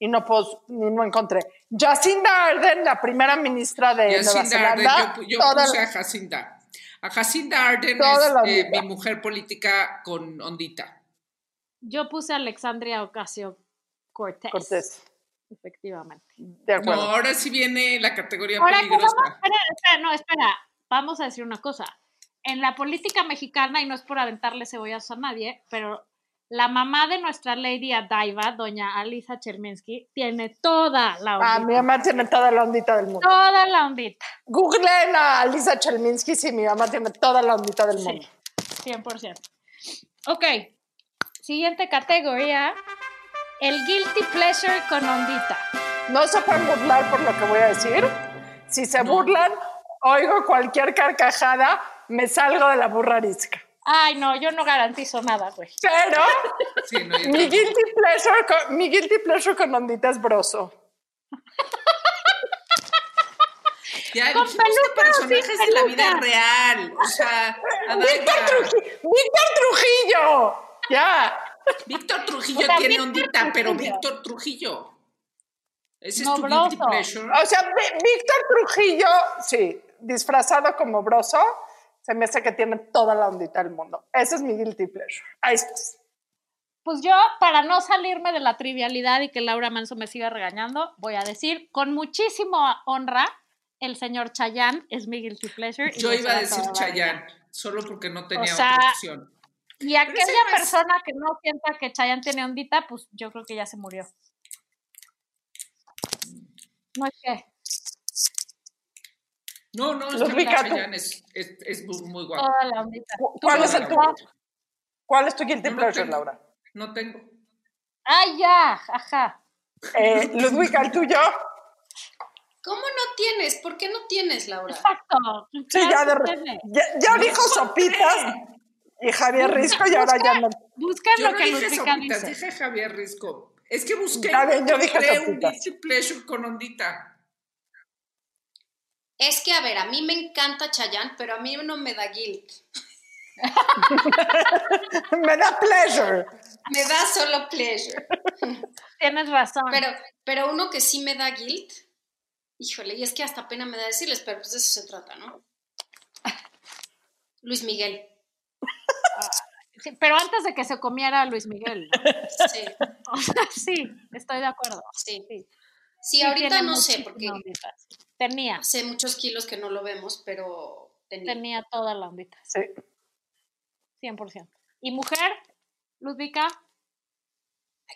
Speaker 3: y no, pos- y no encontré. Jacinda Arden, la primera ministra de Nueva
Speaker 4: Jacinda Arden,
Speaker 3: Zelanda,
Speaker 4: yo, yo
Speaker 3: toda
Speaker 4: puse
Speaker 3: la-
Speaker 4: a Jacinda. A Jacinda Arden
Speaker 3: Toda la
Speaker 4: es eh,
Speaker 3: vida.
Speaker 4: mi mujer política con ondita.
Speaker 2: Yo puse a Alexandria Ocasio Cortés.
Speaker 3: Cortés,
Speaker 2: Efectivamente.
Speaker 3: de
Speaker 4: No,
Speaker 3: acuerdo.
Speaker 4: ahora sí viene la categoría
Speaker 2: Ahora, ¿cómo
Speaker 4: peligrosa.
Speaker 2: Espera, espera, no, espera. Vamos a decir una cosa. En la política mexicana, y no es por aventarle cebollas a nadie, pero la mamá de nuestra Lady Adaiva, doña Alisa Cherminsky, tiene toda la
Speaker 3: A
Speaker 2: ondita.
Speaker 3: mi mamá tiene toda la ondita del mundo.
Speaker 2: Toda la ondita,
Speaker 3: Googleen a Lisa Chelminsky si mi mamá tiene toda la ondita del
Speaker 2: Sí.
Speaker 3: mundo.
Speaker 2: 100%. Ok, siguiente categoría, el guilty pleasure con ondita.
Speaker 3: No se pueden burlar por lo que voy a decir. Si se burlan, oigo cualquier carcajada, me salgo de la burra arisca.
Speaker 2: Ay, no, yo no garantizo nada, güey.
Speaker 3: Pero
Speaker 4: Sí, no, yo
Speaker 3: mi
Speaker 4: tampoco.
Speaker 3: guilty pleasure con, mi guilty pleasure con ondita es broso.
Speaker 4: Ya
Speaker 2: Con
Speaker 4: dijimos
Speaker 2: peluca o sin
Speaker 4: personajes de la vida
Speaker 2: peluca.
Speaker 4: real. O sea,
Speaker 3: ¡Víctor
Speaker 4: Adaiba,
Speaker 3: Trujillo! ¡Víctor Trujillo! Ya.
Speaker 4: Víctor Trujillo
Speaker 2: O sea,
Speaker 4: tiene
Speaker 2: Víctor
Speaker 4: ondita, pero
Speaker 2: Trujillo.
Speaker 4: Víctor Trujillo. Ese es tu
Speaker 2: Nobroso.
Speaker 4: guilty pleasure.
Speaker 3: O sea, Ví- Víctor Trujillo, sí, disfrazado como broso, se me hace que tiene toda la ondita del mundo. Ese es mi guilty pleasure. Ahí estás.
Speaker 2: Pues yo, para no salirme de la trivialidad y que Laura Manso me siga regañando, voy a decir con muchísima honra, el señor Chayán es mi guilty pleasure. y
Speaker 4: Yo
Speaker 2: lo
Speaker 4: iba a
Speaker 2: será
Speaker 4: decir
Speaker 2: toda la vida.
Speaker 4: Chayán, solo porque no tenía
Speaker 2: sea,
Speaker 4: otra opción.
Speaker 2: Y
Speaker 4: ese
Speaker 2: aquella
Speaker 4: no es-
Speaker 2: persona que no sienta que Chayán tiene ondita, pues yo creo que ya se murió. No es que
Speaker 4: No, no,
Speaker 3: Los
Speaker 4: es que
Speaker 3: Ricardo.
Speaker 4: Chayán es, es, es muy muy guapo.
Speaker 2: toda la ondita.
Speaker 3: ¿Cu-
Speaker 2: Tú
Speaker 3: ¿Cuál
Speaker 2: no
Speaker 3: es el
Speaker 2: eres
Speaker 3: tu-
Speaker 2: guapo.
Speaker 3: ¿Cuál es tu guilty
Speaker 4: Yo no
Speaker 3: pleasure,
Speaker 4: tengo.
Speaker 3: Laura?
Speaker 4: No tengo.
Speaker 2: ¡Ay, ya! Ajá.
Speaker 3: Eh, Ludwig, ¿el tuyo?
Speaker 1: ¿Cómo no tienes? ¿Por qué no tienes, Laura?
Speaker 2: Exacto.
Speaker 3: Sí,
Speaker 2: Claro
Speaker 3: ya,
Speaker 2: que
Speaker 3: de,
Speaker 2: tiene.
Speaker 3: ya, ya dijo sopitas y Javier Risco y ahora ya no.
Speaker 2: Busquen
Speaker 4: Yo
Speaker 2: lo
Speaker 4: no
Speaker 2: que
Speaker 4: dije
Speaker 2: Ludvika
Speaker 4: sopitas,
Speaker 2: dice.
Speaker 4: dije Javier Risco. Es que busqué
Speaker 3: Está bien, yo dije
Speaker 4: encontré un
Speaker 3: sopitas.
Speaker 4: guilty pleasure con ondita.
Speaker 1: Es que, a ver, a mí me encanta Chayanne, pero a mí no me da guilt.
Speaker 3: Me da pleasure.
Speaker 1: Me da solo pleasure.
Speaker 2: Tienes razón.
Speaker 1: Pero, pero uno que sí me da guilt, híjole, y es que hasta pena me da decirles, pero pues de eso se trata, ¿no? Luis Miguel.
Speaker 2: Sí, pero antes de que se comiera Luis Miguel. ¿no?
Speaker 1: Sí,
Speaker 2: O sea, sí, estoy de acuerdo.
Speaker 1: sí.
Speaker 2: Sí.
Speaker 1: Sí,
Speaker 2: Sí,
Speaker 1: ahorita
Speaker 2: tiene
Speaker 1: no sé,
Speaker 2: muchísima
Speaker 1: porque
Speaker 2: ondita. Tenía,
Speaker 1: hace muchos kilos que no lo vemos, pero tenía.
Speaker 2: tenía toda la ondita,
Speaker 3: Sí.
Speaker 2: 100%. ¿Y mujer? Ludvika.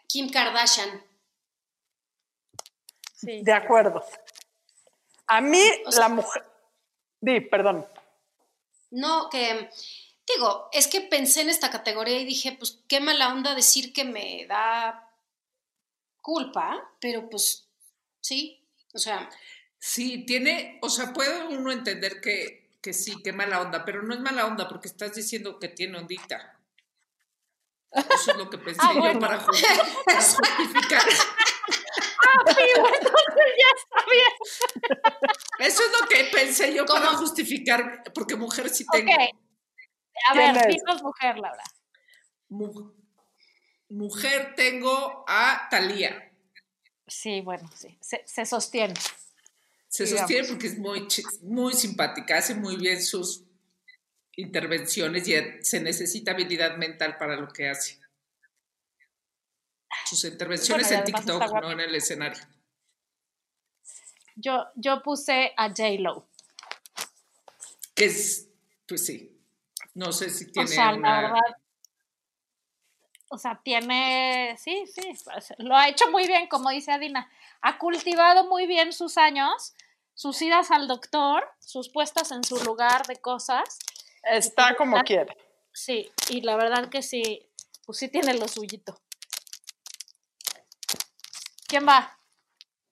Speaker 1: Kim Kardashian.
Speaker 2: Sí.
Speaker 3: De acuerdo. A mí,
Speaker 1: O sea-
Speaker 3: la mujer. Di, perdón.
Speaker 1: No, que digo, es que pensé en esta categoría y dije, pues qué mala onda decir que me da culpa, pero pues sí, o sea,
Speaker 4: Sí, tiene, o sea, puede uno entender que, que sí, que mala onda, pero no es mala onda porque estás diciendo que tiene ondita. Eso es lo que pensé
Speaker 2: Ah,
Speaker 4: yo
Speaker 2: bueno.
Speaker 4: para, justi- para justificar.
Speaker 2: Ah, Sí, bueno, entonces ya está bien.
Speaker 4: Eso es lo que pensé yo para
Speaker 1: ¿Cómo?
Speaker 4: justificar, porque mujer sí tengo.
Speaker 2: Ok. A
Speaker 3: ¿Quién
Speaker 2: ver,
Speaker 3: es?
Speaker 2: dinos mujer, Laura.
Speaker 4: Mu- mujer tengo a Talía.
Speaker 2: Sí, bueno, sí. Se, se sostiene.
Speaker 4: Se
Speaker 3: Digamos.
Speaker 2: pues,
Speaker 4: sostiene porque es muy, chi- muy simpática, hace muy bien sus intervenciones y se necesita habilidad mental para lo que hace. Sus
Speaker 2: Bueno,
Speaker 4: intervenciones
Speaker 2: y
Speaker 4: en
Speaker 2: además está
Speaker 4: TikTok,
Speaker 2: guapa.
Speaker 4: no en el escenario.
Speaker 2: Yo, yo puse a J-Lo.
Speaker 4: Que es, pues sí, no sé si
Speaker 2: O
Speaker 4: tiene
Speaker 2: sea, la
Speaker 4: una-
Speaker 2: verdad. O sea, tiene. Sí, sí. o sea, Lo ha hecho muy bien, como dice Adina. Ha cultivado muy bien sus años, sus idas al doctor, sus puestas en su lugar de cosas.
Speaker 3: Está como quiera.
Speaker 2: Sí, y la verdad que sí, pues sí tiene lo suyito. ¿Quién va?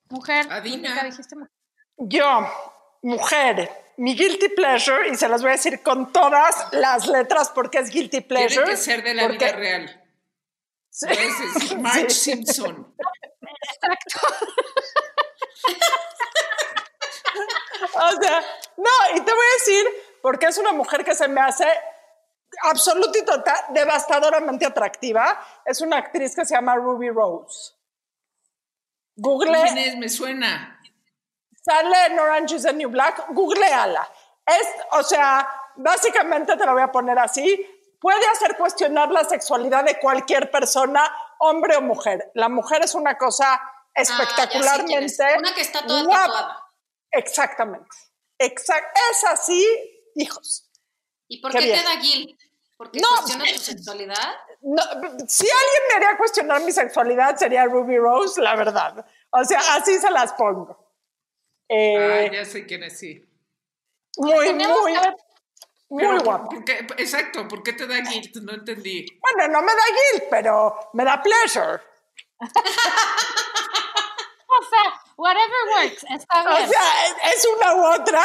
Speaker 2: Mujer.
Speaker 4: Adina.
Speaker 2: Nunca dijiste
Speaker 1: ah,
Speaker 2: mujer.
Speaker 3: Yo, mujer, mi guilty pleasure, y se las voy a decir con todas las letras porque es guilty pleasure.
Speaker 4: tiene que ser de la
Speaker 3: porque-
Speaker 4: vida real.
Speaker 3: Sí.
Speaker 4: No es decir, Marge
Speaker 3: Sí.
Speaker 4: Simpson.
Speaker 3: O sea, no, y te voy a decir porque es una mujer que se me hace absoluta y total, devastadoramente atractiva, es una actriz que se llama Ruby Rose.
Speaker 4: ¿Quién
Speaker 3: Google,
Speaker 4: es? Me suena.
Speaker 3: sale en Orange is the New Black, googleala. Es, o sea, básicamente te lo voy a poner así, puede hacer cuestionar la sexualidad de cualquier persona, hombre o mujer. La mujer es una cosa espectacularmente
Speaker 1: Ah, ya sé quién es. Una que está toda
Speaker 3: guapa.
Speaker 1: tatuada.
Speaker 3: Exactamente. Exact es así, hijos.
Speaker 1: ¿Y por
Speaker 3: Qué
Speaker 1: qué, te
Speaker 3: bien.
Speaker 1: da guilt? ¿Porque
Speaker 3: No,
Speaker 1: cuestiona
Speaker 3: pues,
Speaker 1: tu sexualidad?
Speaker 3: No, si alguien me haría cuestionar mi sexualidad sería Ruby Rose, la verdad. O sea, así se las pongo. Eh,
Speaker 4: Ah, ya sé quién es, sí.
Speaker 3: muy,
Speaker 2: Tenemos
Speaker 3: muy,
Speaker 2: que ver-
Speaker 3: muy
Speaker 4: Pero,
Speaker 3: guapa.
Speaker 4: ¿por qué? Exacto, ¿por qué te da guilt? No entendí.
Speaker 3: Bueno, no me da guilt, pero me da pleasure.
Speaker 2: O sea, whatever works, está
Speaker 3: O
Speaker 2: bien.
Speaker 3: sea, es- es una u otra.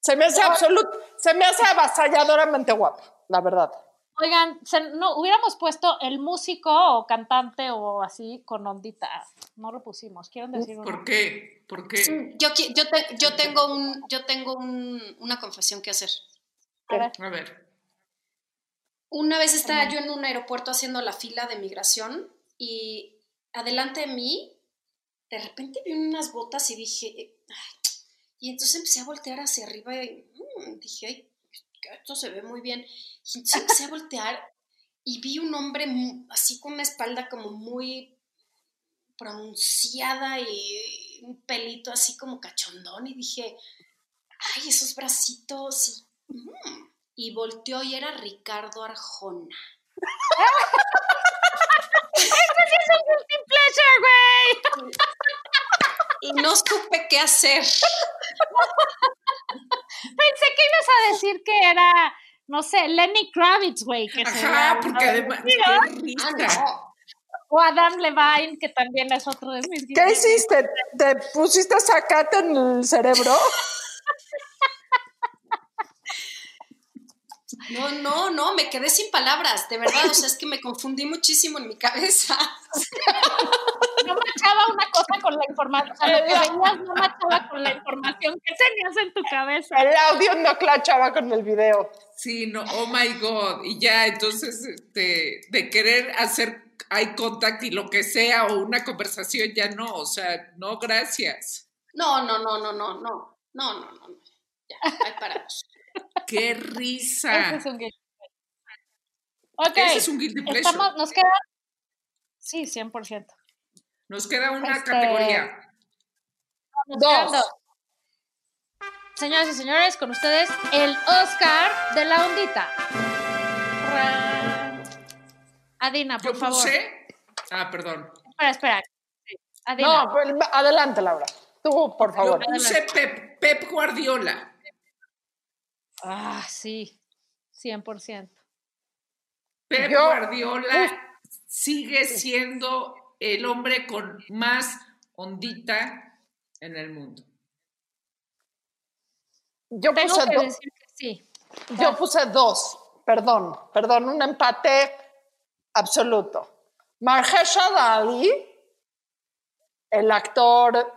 Speaker 3: Se me hace absolut, se me hace avasalladoramente guapa, la verdad.
Speaker 2: Oigan, se- no, hubiéramos puesto el músico o cantante o así con ondita. No lo pusimos. ¿Quieren decir
Speaker 4: ¿Por
Speaker 2: uno?
Speaker 4: qué? ¿Por qué?
Speaker 1: Yo, qui- yo, te- yo tengo, un, yo tengo un- una confesión que hacer.
Speaker 2: A ver,
Speaker 4: A ver.
Speaker 1: Una vez estaba yo en un aeropuerto haciendo la fila de migración y adelante de mí, de repente vi unas botas y dije, eh, ay, y entonces empecé a voltear hacia arriba y mm, dije, ay, esto se ve muy bien. Y entonces empecé a voltear y vi un hombre mu- así con una espalda como muy pronunciada y un pelito así como cachondón y dije, ay, esos bracitos y... mm, y volteó y era Ricardo Arjona.
Speaker 2: es un guilty pleasure, güey!
Speaker 1: Y no supe qué hacer.
Speaker 2: Pensé que ibas a decir que era, no sé, Lenny Kravitz, güey. que se
Speaker 4: Ajá,
Speaker 2: va-
Speaker 4: porque además.
Speaker 2: mira.
Speaker 4: ¡Qué
Speaker 1: Ah,
Speaker 4: rica!
Speaker 1: no.
Speaker 2: O Adam Levine, que también es otro de mis
Speaker 3: ¿Qué
Speaker 2: guilty-
Speaker 3: hiciste? ¿Te pusiste sacate en el cerebro?
Speaker 1: No, no, no, me quedé sin palabras, de verdad. O sea, es que me confundí muchísimo en mi cabeza.
Speaker 2: No machaba una cosa con la información. O sea, lo que veías no machaba con la información que tenías en tu cabeza.
Speaker 3: El audio no clachaba con el video.
Speaker 4: Sí, no, oh my God. Y ya, entonces, este, de querer hacer eye contact y lo que sea, o una conversación, ya no, o sea, no, gracias.
Speaker 1: No, no, no, no, no, no. No, no, no. no. Ya, ahí paramos.
Speaker 4: ¡Qué
Speaker 2: Ese
Speaker 4: risa!
Speaker 2: es un guilty pleasure. Ok,
Speaker 4: Ah. Ese es un guilty pleasure.
Speaker 2: estamos, nos queda... Sí, 100%.
Speaker 4: Nos queda una
Speaker 2: Este-
Speaker 4: categoría.
Speaker 2: Nos
Speaker 3: Dos.
Speaker 2: quedan Señoras y señores, con ustedes el Oscar de la ondita. Ran. Adina,
Speaker 4: Yo
Speaker 2: por favor.
Speaker 4: puse. Ah, perdón.
Speaker 2: Espera, espera. Sí, Adina.
Speaker 3: No, pues, adelante, Laura. Tú, por
Speaker 4: Yo
Speaker 3: favor.
Speaker 4: puse Pep, Pep Guardiola.
Speaker 2: Ah, sí. 100%.
Speaker 4: Pep
Speaker 3: Yo-
Speaker 4: Guardiola sigue siendo el hombre con más ondita en el mundo.
Speaker 3: Yo
Speaker 2: Tengo
Speaker 3: puse,
Speaker 2: que
Speaker 3: do-
Speaker 2: decir que sí.
Speaker 3: yo puse dos. Perdón, perdón, un empate absoluto. Mahershala Ali, el actor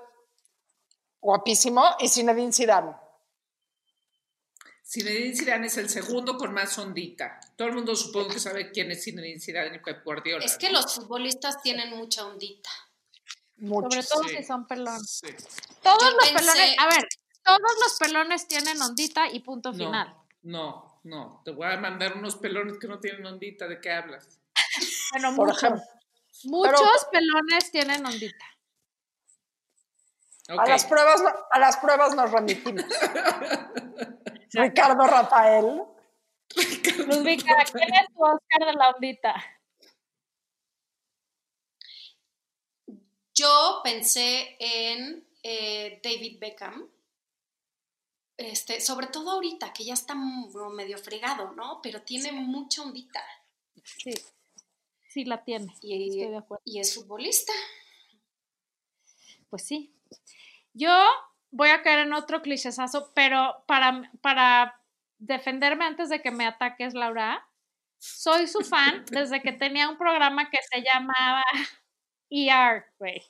Speaker 3: guapísimo, y Zinedine Zidane.
Speaker 4: Zinedine Zidane es el segundo con más ondita. Todo el mundo supongo que sabe quién es Zinedine Zidane y Pep Guardiola.
Speaker 1: Es que
Speaker 4: ¿no?
Speaker 1: los futbolistas tienen mucha ondita.
Speaker 2: Sobre
Speaker 3: Muchos.
Speaker 2: todo
Speaker 4: Sí.
Speaker 2: si son pelones.
Speaker 4: Sí.
Speaker 2: Todos
Speaker 1: Yo
Speaker 2: los
Speaker 1: pensé-
Speaker 2: pelones, a ver, todos los pelones tienen ondita y punto final.
Speaker 4: No, no, no. Te voy a mandar unos pelones que no tienen ondita. ¿De qué hablas?
Speaker 2: Bueno,
Speaker 3: Por
Speaker 2: muchos,
Speaker 3: ejemplo,
Speaker 2: muchos pelones tienen ondita.
Speaker 4: Ok.
Speaker 3: a, las pruebas, no- a las pruebas nos remitimos. Ricardo Rafael.
Speaker 2: Ludvika, ¿quién es tu Oscar de la ondita?
Speaker 1: Yo pensé en eh, David Beckham. Este, sobre todo ahorita, que ya está como medio fregado, ¿no? Pero tiene mucha ondita.
Speaker 2: Sí, sí la tiene.
Speaker 1: Y,
Speaker 2: Estoy de acuerdo.
Speaker 1: y es futbolista.
Speaker 2: Pues sí. Yo voy a caer en otro clichesazo, pero para, para defenderme antes de que me ataques, Laura, soy su fan desde que tenía un programa que se llamaba ER, güey.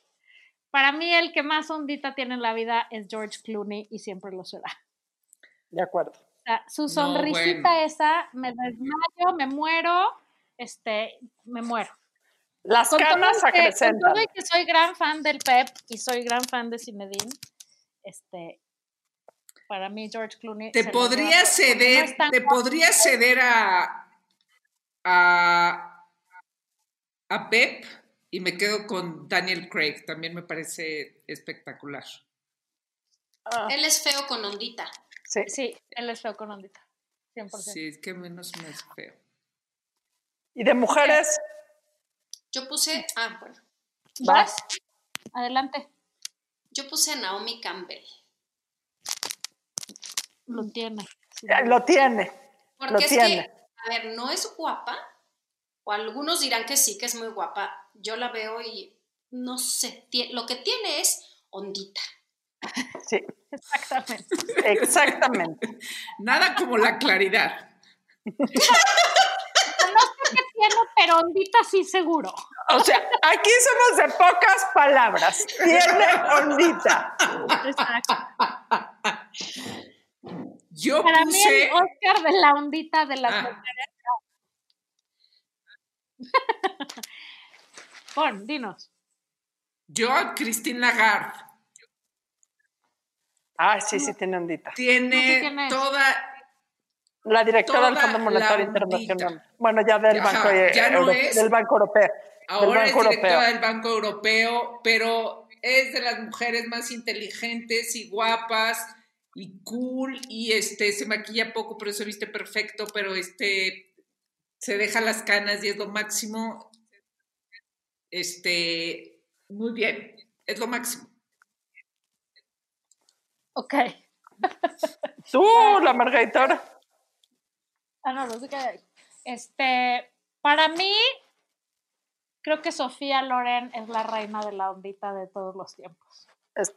Speaker 2: Para mí el que más ondita tiene en la vida es George Clooney y siempre lo será.
Speaker 3: De acuerdo.
Speaker 2: sea, su
Speaker 4: No,
Speaker 2: sonrisita
Speaker 4: bueno.
Speaker 2: esa, me desmayo, me muero, este, me muero.
Speaker 3: Las
Speaker 2: Con todo
Speaker 3: canas
Speaker 2: y que- Con
Speaker 3: acrecentan.
Speaker 2: todo y que soy gran fan del Pep y soy gran fan de Zinedine, este, para mí George Clooney.
Speaker 4: Te
Speaker 2: se lo
Speaker 4: podría
Speaker 2: lleva. No
Speaker 4: ceder,
Speaker 2: es tan
Speaker 4: te
Speaker 2: guapo.
Speaker 4: podría ceder a, a, a Pep y me quedo con Daniel Craig, también me parece espectacular.
Speaker 3: Ah,
Speaker 1: Él es feo con ondita.
Speaker 3: sí.
Speaker 2: Sí, él es feo con ondita, 100%.
Speaker 4: Sí, es que menos me es feo.
Speaker 3: Y de mujeres,
Speaker 1: Yo puse, ah, bueno,
Speaker 2: ¿Vas? Adelante,
Speaker 1: yo puse a Naomi Campbell.
Speaker 2: lo
Speaker 4: Mm.
Speaker 2: tiene. Sí.
Speaker 3: eh, lo tiene.
Speaker 1: Porque
Speaker 3: Lo
Speaker 1: es
Speaker 3: tiene.
Speaker 1: que, a ver, no es guapa, o algunos dirán que sí, que es muy guapa. Yo la veo y no sé, tie- lo que tiene es ondita.
Speaker 3: Sí,
Speaker 2: Exactamente.
Speaker 3: exactamente.
Speaker 4: Nada como la claridad.
Speaker 2: ¿Qué tiene? Pero ondita sí seguro.
Speaker 3: O sea, aquí somos de pocas palabras. Tiene ondita.
Speaker 2: Exacto.
Speaker 4: Yo
Speaker 2: Para mí
Speaker 4: puse,
Speaker 2: el Oscar de la ondita de las
Speaker 4: Ah.
Speaker 2: mujeres. Pon, dinos.
Speaker 4: yo a Christine Lagarde.
Speaker 3: Ah, sí, sí, tiene ondita.
Speaker 2: No sé
Speaker 4: Tiene
Speaker 2: quién es.
Speaker 4: toda,
Speaker 3: La directora del
Speaker 4: Toda
Speaker 3: Fondo
Speaker 4: la
Speaker 3: Monetario
Speaker 4: ondita.
Speaker 3: Internacional. Bueno, ya del
Speaker 4: Ajá,
Speaker 3: Banco, eh,
Speaker 4: ya no
Speaker 3: Euro-
Speaker 4: es.
Speaker 3: del Banco Europeo.
Speaker 4: ahora es
Speaker 3: Banco
Speaker 4: directora
Speaker 3: Europeo.
Speaker 4: del Banco Europeo, pero es de las mujeres más inteligentes y guapas y cool y este se maquilla poco, pero se viste perfecto, pero este se deja las canas y es lo máximo. Este, muy bien, es lo máximo.
Speaker 2: Ok.
Speaker 3: Tú, la Margarita.
Speaker 2: Ah, no, no sé qué hay. Este, para mí, creo que Sofía Loren es la reina de la ondita de todos los tiempos.
Speaker 3: Es-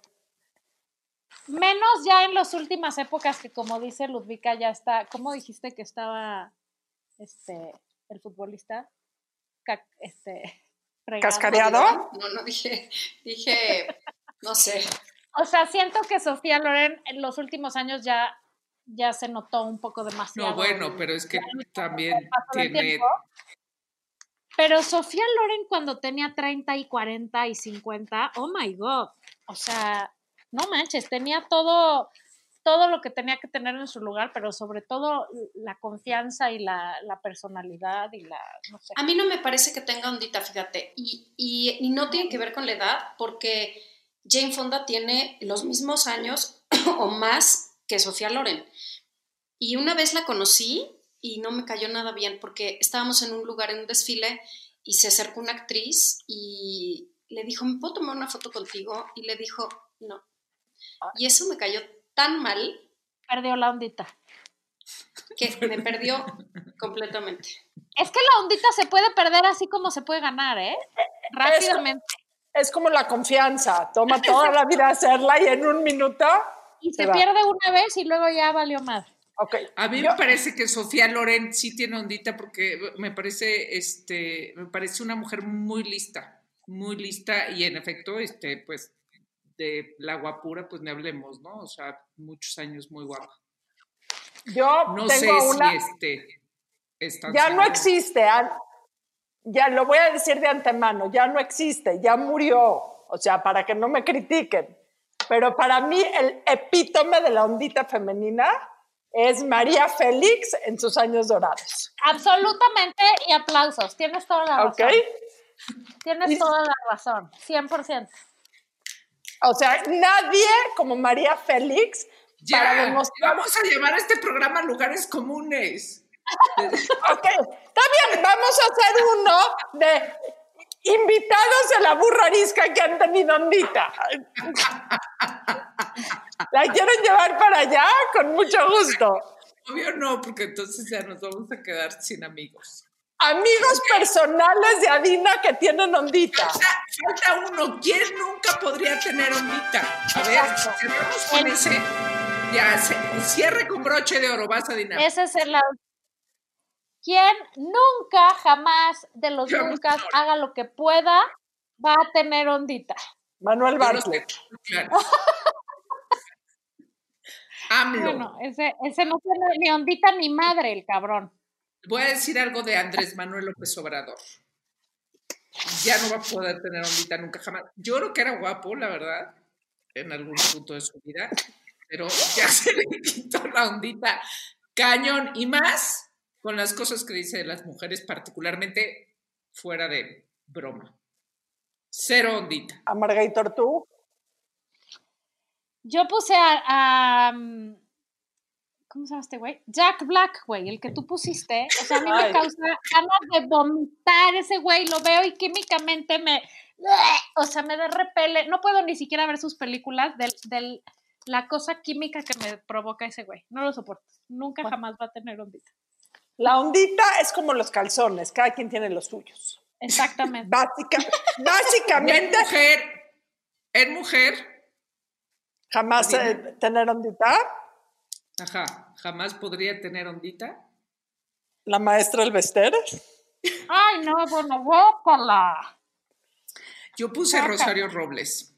Speaker 2: Menos ya en las últimas épocas que, como dice Ludvika, ya está. ¿Cómo dijiste que estaba este, el futbolista? Ca- este, fregado.
Speaker 3: ¿Cascareado?
Speaker 1: No, no dije, dije, no sé.
Speaker 2: O sea, siento que Sofía Loren en los últimos años ya, ya se notó un poco demasiado.
Speaker 4: No, bueno,
Speaker 2: el-
Speaker 4: pero es que
Speaker 2: ya el-
Speaker 4: también
Speaker 2: paso del
Speaker 4: tiene
Speaker 2: tiempo. Pero Sofía Loren cuando tenía 30 y 40 y 50, oh my god. O sea, no manches, tenía todo, todo lo que tenía que tener en su lugar, pero sobre todo la confianza y la, la personalidad y la, no sé.
Speaker 1: A mí no me parece que tenga ondita, fíjate. Y, y- y no tiene que ver con la edad, porque Jane Fonda tiene los mismos años o más que Sofía Loren. Y una vez la conocí y no me cayó nada bien, porque estábamos en un lugar, en un desfile, y se acercó una actriz y le dijo, ¿me puedo tomar una foto contigo? Y le dijo, no. Y eso me cayó tan mal
Speaker 2: Perdió la ondita.
Speaker 1: que me perdió completamente.
Speaker 2: Es que la ondita se puede perder así como se puede ganar, ¿eh? Rápidamente.
Speaker 3: Es como la confianza. Toma toda la vida hacerla y en un minuto.
Speaker 2: Y
Speaker 3: se
Speaker 2: se
Speaker 3: va.
Speaker 2: pierde una vez y luego ya valió madre.
Speaker 3: Ok.
Speaker 4: A mí
Speaker 3: Yo-
Speaker 4: me parece que Sofía Loren sí tiene ondita porque me parece, este, me parece una mujer muy lista, muy lista y en efecto, este, pues de la guapura, pues ni hablemos, ¿no? O sea, muchos años muy guapa.
Speaker 3: Yo
Speaker 4: No sé
Speaker 3: tengo una.
Speaker 4: si este es tan
Speaker 3: ya no
Speaker 4: sangrón.
Speaker 3: existe. An- Ya lo voy a decir de antemano. Ya no existe. Ya murió. O sea, para que no me critiquen. Pero para mí, el epítome de la ondita femenina es María Félix en sus años dorados.
Speaker 2: Absolutamente y aplausos. Tienes toda la
Speaker 4: Ah,
Speaker 3: ¿Ok?
Speaker 2: razón. Tienes
Speaker 3: Y-
Speaker 2: toda la razón. 100%.
Speaker 3: O sea, nadie como María Félix
Speaker 4: Ya,
Speaker 3: para demostrar.
Speaker 4: vamos a llevar este programa a lugares comunes.
Speaker 3: Ok, está bien, vamos a hacer uno de invitados de la burra arisca que han tenido ondita. ¿La quieren llevar para allá? Con mucho gusto.
Speaker 4: Obvio no, porque entonces ya nos vamos a quedar sin amigos.
Speaker 3: Amigos personales de Adina que tienen ondita.
Speaker 4: Falta uno. ¿Quién nunca podría tener ondita? A ver,
Speaker 3: Exacto.
Speaker 4: cerramos con
Speaker 2: El-
Speaker 4: ese. Ya, se- cierre con broche de oro. Vas a dinar.
Speaker 2: Ese es el. Quien nunca, jamás de los
Speaker 4: Yo no
Speaker 2: nunca
Speaker 4: soy.
Speaker 2: haga lo que pueda, va a tener ondita.
Speaker 3: Manuel
Speaker 4: Yo no sé,
Speaker 3: Bartlett.
Speaker 4: claro. AMLO.
Speaker 2: Bueno, ese, ese no tiene ni ondita ni madre, el cabrón.
Speaker 4: Voy a decir algo de Andrés Manuel López Obrador. Ya no va a poder tener ondita nunca jamás. Yo creo que era guapo, la verdad, en algún punto de su vida, pero ya se le quitó la ondita cañón y más con las cosas que dice de las mujeres, particularmente fuera de broma. Cero ondita.
Speaker 3: Amargator, tú.
Speaker 2: Yo puse a. a, mm, ¿Cómo se llama este güey? Jack Black, güey, el que tú pusiste. O sea, a mí me
Speaker 3: Ay.
Speaker 2: causa ganas de vomitar ese güey. Lo veo y químicamente me. O sea, me da repele. No puedo ni siquiera ver sus películas del. del- la cosa química que me provoca ese güey. No lo soporto. Nunca jamás va a tener ondita.
Speaker 3: La ondita es como los calzones, cada quien tiene los suyos.
Speaker 2: Exactamente.
Speaker 3: Básica,
Speaker 4: En
Speaker 3: básicamente,
Speaker 4: mujer, en mujer,
Speaker 3: jamás eh, tener ondita.
Speaker 4: ajá, jamás podría tener ondita.
Speaker 3: La maestra Elvester.
Speaker 2: Ay, no, bueno, guácala.
Speaker 4: Yo puse a Rosario Robles.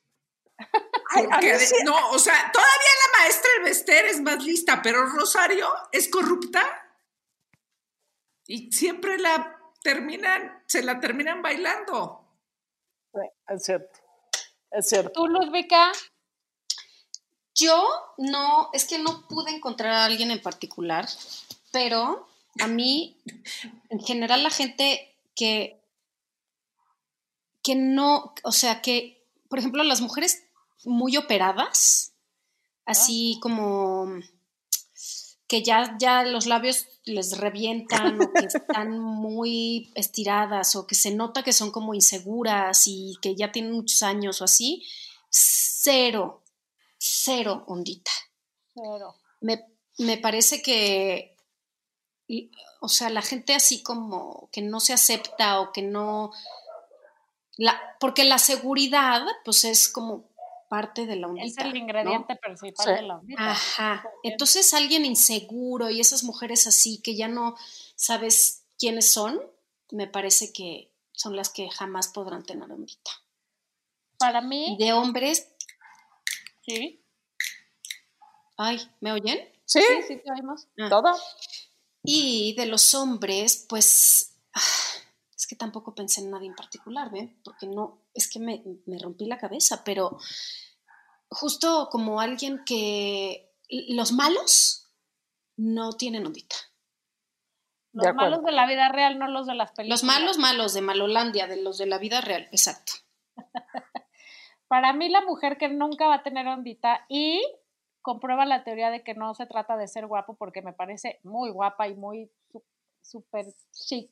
Speaker 3: Ay, a
Speaker 4: Que
Speaker 3: mí
Speaker 4: de-
Speaker 3: sí-
Speaker 4: No, o sea, todavía la maestra Elvester es más lista, pero Rosario es corrupta y siempre la terminan, se la terminan bailando.
Speaker 3: Es cierto, es cierto.
Speaker 2: Tú, Ludvika,
Speaker 1: Yo no, es que no pude encontrar a alguien en particular, pero a mí, en general, la gente que, que no, o sea, que, por ejemplo, las mujeres muy operadas, así como que ya, ya los labios les revientan o que están muy estiradas o que se nota que son como inseguras y que ya tienen muchos años o así, cero cero ondita.
Speaker 2: cero.
Speaker 1: Me, me parece que, y- o sea, la gente así como que no se acepta o que no... La, porque la seguridad, pues es como parte de la
Speaker 2: Es
Speaker 1: ondita.
Speaker 2: el
Speaker 1: ¿no?
Speaker 2: ingrediente principal
Speaker 3: Sí. Ah.
Speaker 2: de la ondita.
Speaker 1: Ajá. Entonces alguien inseguro y esas mujeres así que ya no sabes quiénes son, me parece que son las que jamás podrán tener ondita.
Speaker 2: Para
Speaker 1: Y
Speaker 2: mí,
Speaker 1: de hombres,
Speaker 2: sí.
Speaker 1: ay, ¿me oyen?
Speaker 3: Sí,
Speaker 2: Sí, sí, te oímos.
Speaker 3: toda.
Speaker 1: Y de los hombres, pues ah, es que tampoco pensé en nadie en particular, ¿ven? Porque no, es que me, me rompí la cabeza, pero justo como alguien que los malos no tienen ondita.
Speaker 2: Los
Speaker 3: De acuerdo.
Speaker 2: malos de la vida real, no los de las películas.
Speaker 1: Los malos, malos de Malolandia, de los de la vida real, exacto.
Speaker 2: Para mí, la mujer que nunca va a tener ondita y comprueba la teoría de que no se trata de ser guapo porque me parece muy guapa y muy su- súper chic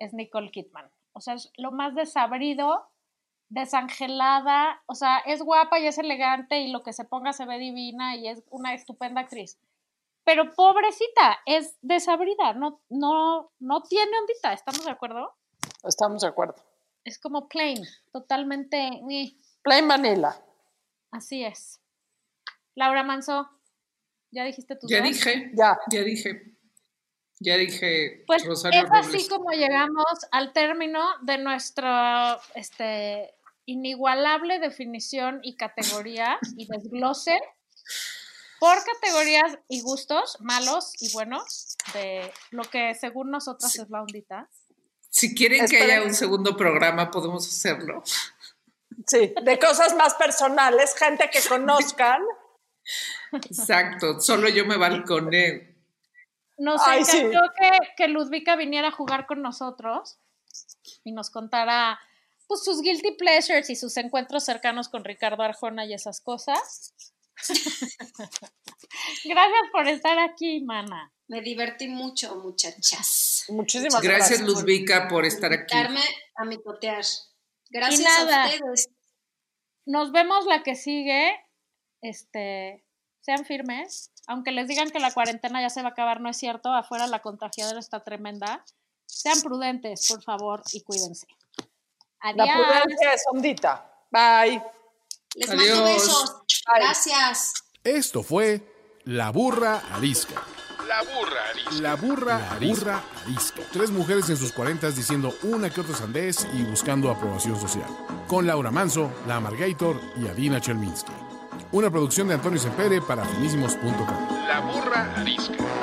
Speaker 2: es Nicole Kidman. O sea, es lo más desabrido, desangelada, o sea, es guapa y es elegante y lo que se ponga se ve divina y es una estupenda actriz. Pero pobrecita, es desabrida, no, no, no tiene ondita, ¿estamos de acuerdo?
Speaker 3: Estamos de acuerdo.
Speaker 2: Es como plain, totalmente... eh.
Speaker 3: Plain Manila.
Speaker 2: Así es. Laura Manso, ¿ya dijiste tus
Speaker 4: Ya
Speaker 2: dos?
Speaker 4: dije,
Speaker 3: Ya.
Speaker 4: ya dije, ya dije
Speaker 2: Pues
Speaker 4: Rosario
Speaker 2: es
Speaker 4: Robles.
Speaker 2: así como llegamos al término de nuestra este, inigualable definición y categoría y desglose por categorías y gustos malos y buenos de lo que según nosotras es la ondita.
Speaker 4: Si quieren que
Speaker 3: Esperen.
Speaker 4: haya un segundo programa, podemos hacerlo.
Speaker 3: Sí, de cosas más personales, gente que conozcan.
Speaker 4: Exacto, solo yo me balconé.
Speaker 2: Nos
Speaker 3: Ay, sí.
Speaker 2: encantó que, que Ludvika viniera a jugar con nosotros y nos contara pues, sus guilty pleasures y sus encuentros cercanos con Ricardo Arjona y esas cosas. Gracias por estar aquí, mana.
Speaker 1: Me divertí mucho, muchachas.
Speaker 3: Muchísimas gracias.
Speaker 4: Gracias, Luzbica, por estar aquí.
Speaker 1: Darme a mi cotear. Gracias
Speaker 2: nada.
Speaker 1: a ustedes.
Speaker 2: Nos vemos la que sigue. Este, sean firmes. Aunque les digan que la cuarentena ya se va a acabar, no es cierto. Afuera la contagiadera está tremenda. Sean prudentes, por favor, y cuídense.
Speaker 3: La
Speaker 2: Adiós.
Speaker 3: prudencia es ondita. Bye.
Speaker 1: Les mando
Speaker 4: Adiós.
Speaker 1: besos.
Speaker 3: Bye.
Speaker 1: Gracias.
Speaker 5: Esto fue La Burra Arisca.
Speaker 6: La burra arisca.
Speaker 5: La burra, arisca. Tres mujeres en sus cuarentas diciendo una que otra sandez y buscando aprobación social. Con Laura Manso, la Gator y Adina Chelminsky. Una producción de Antonio Sempere para finísimos.com.
Speaker 6: La burra arisca.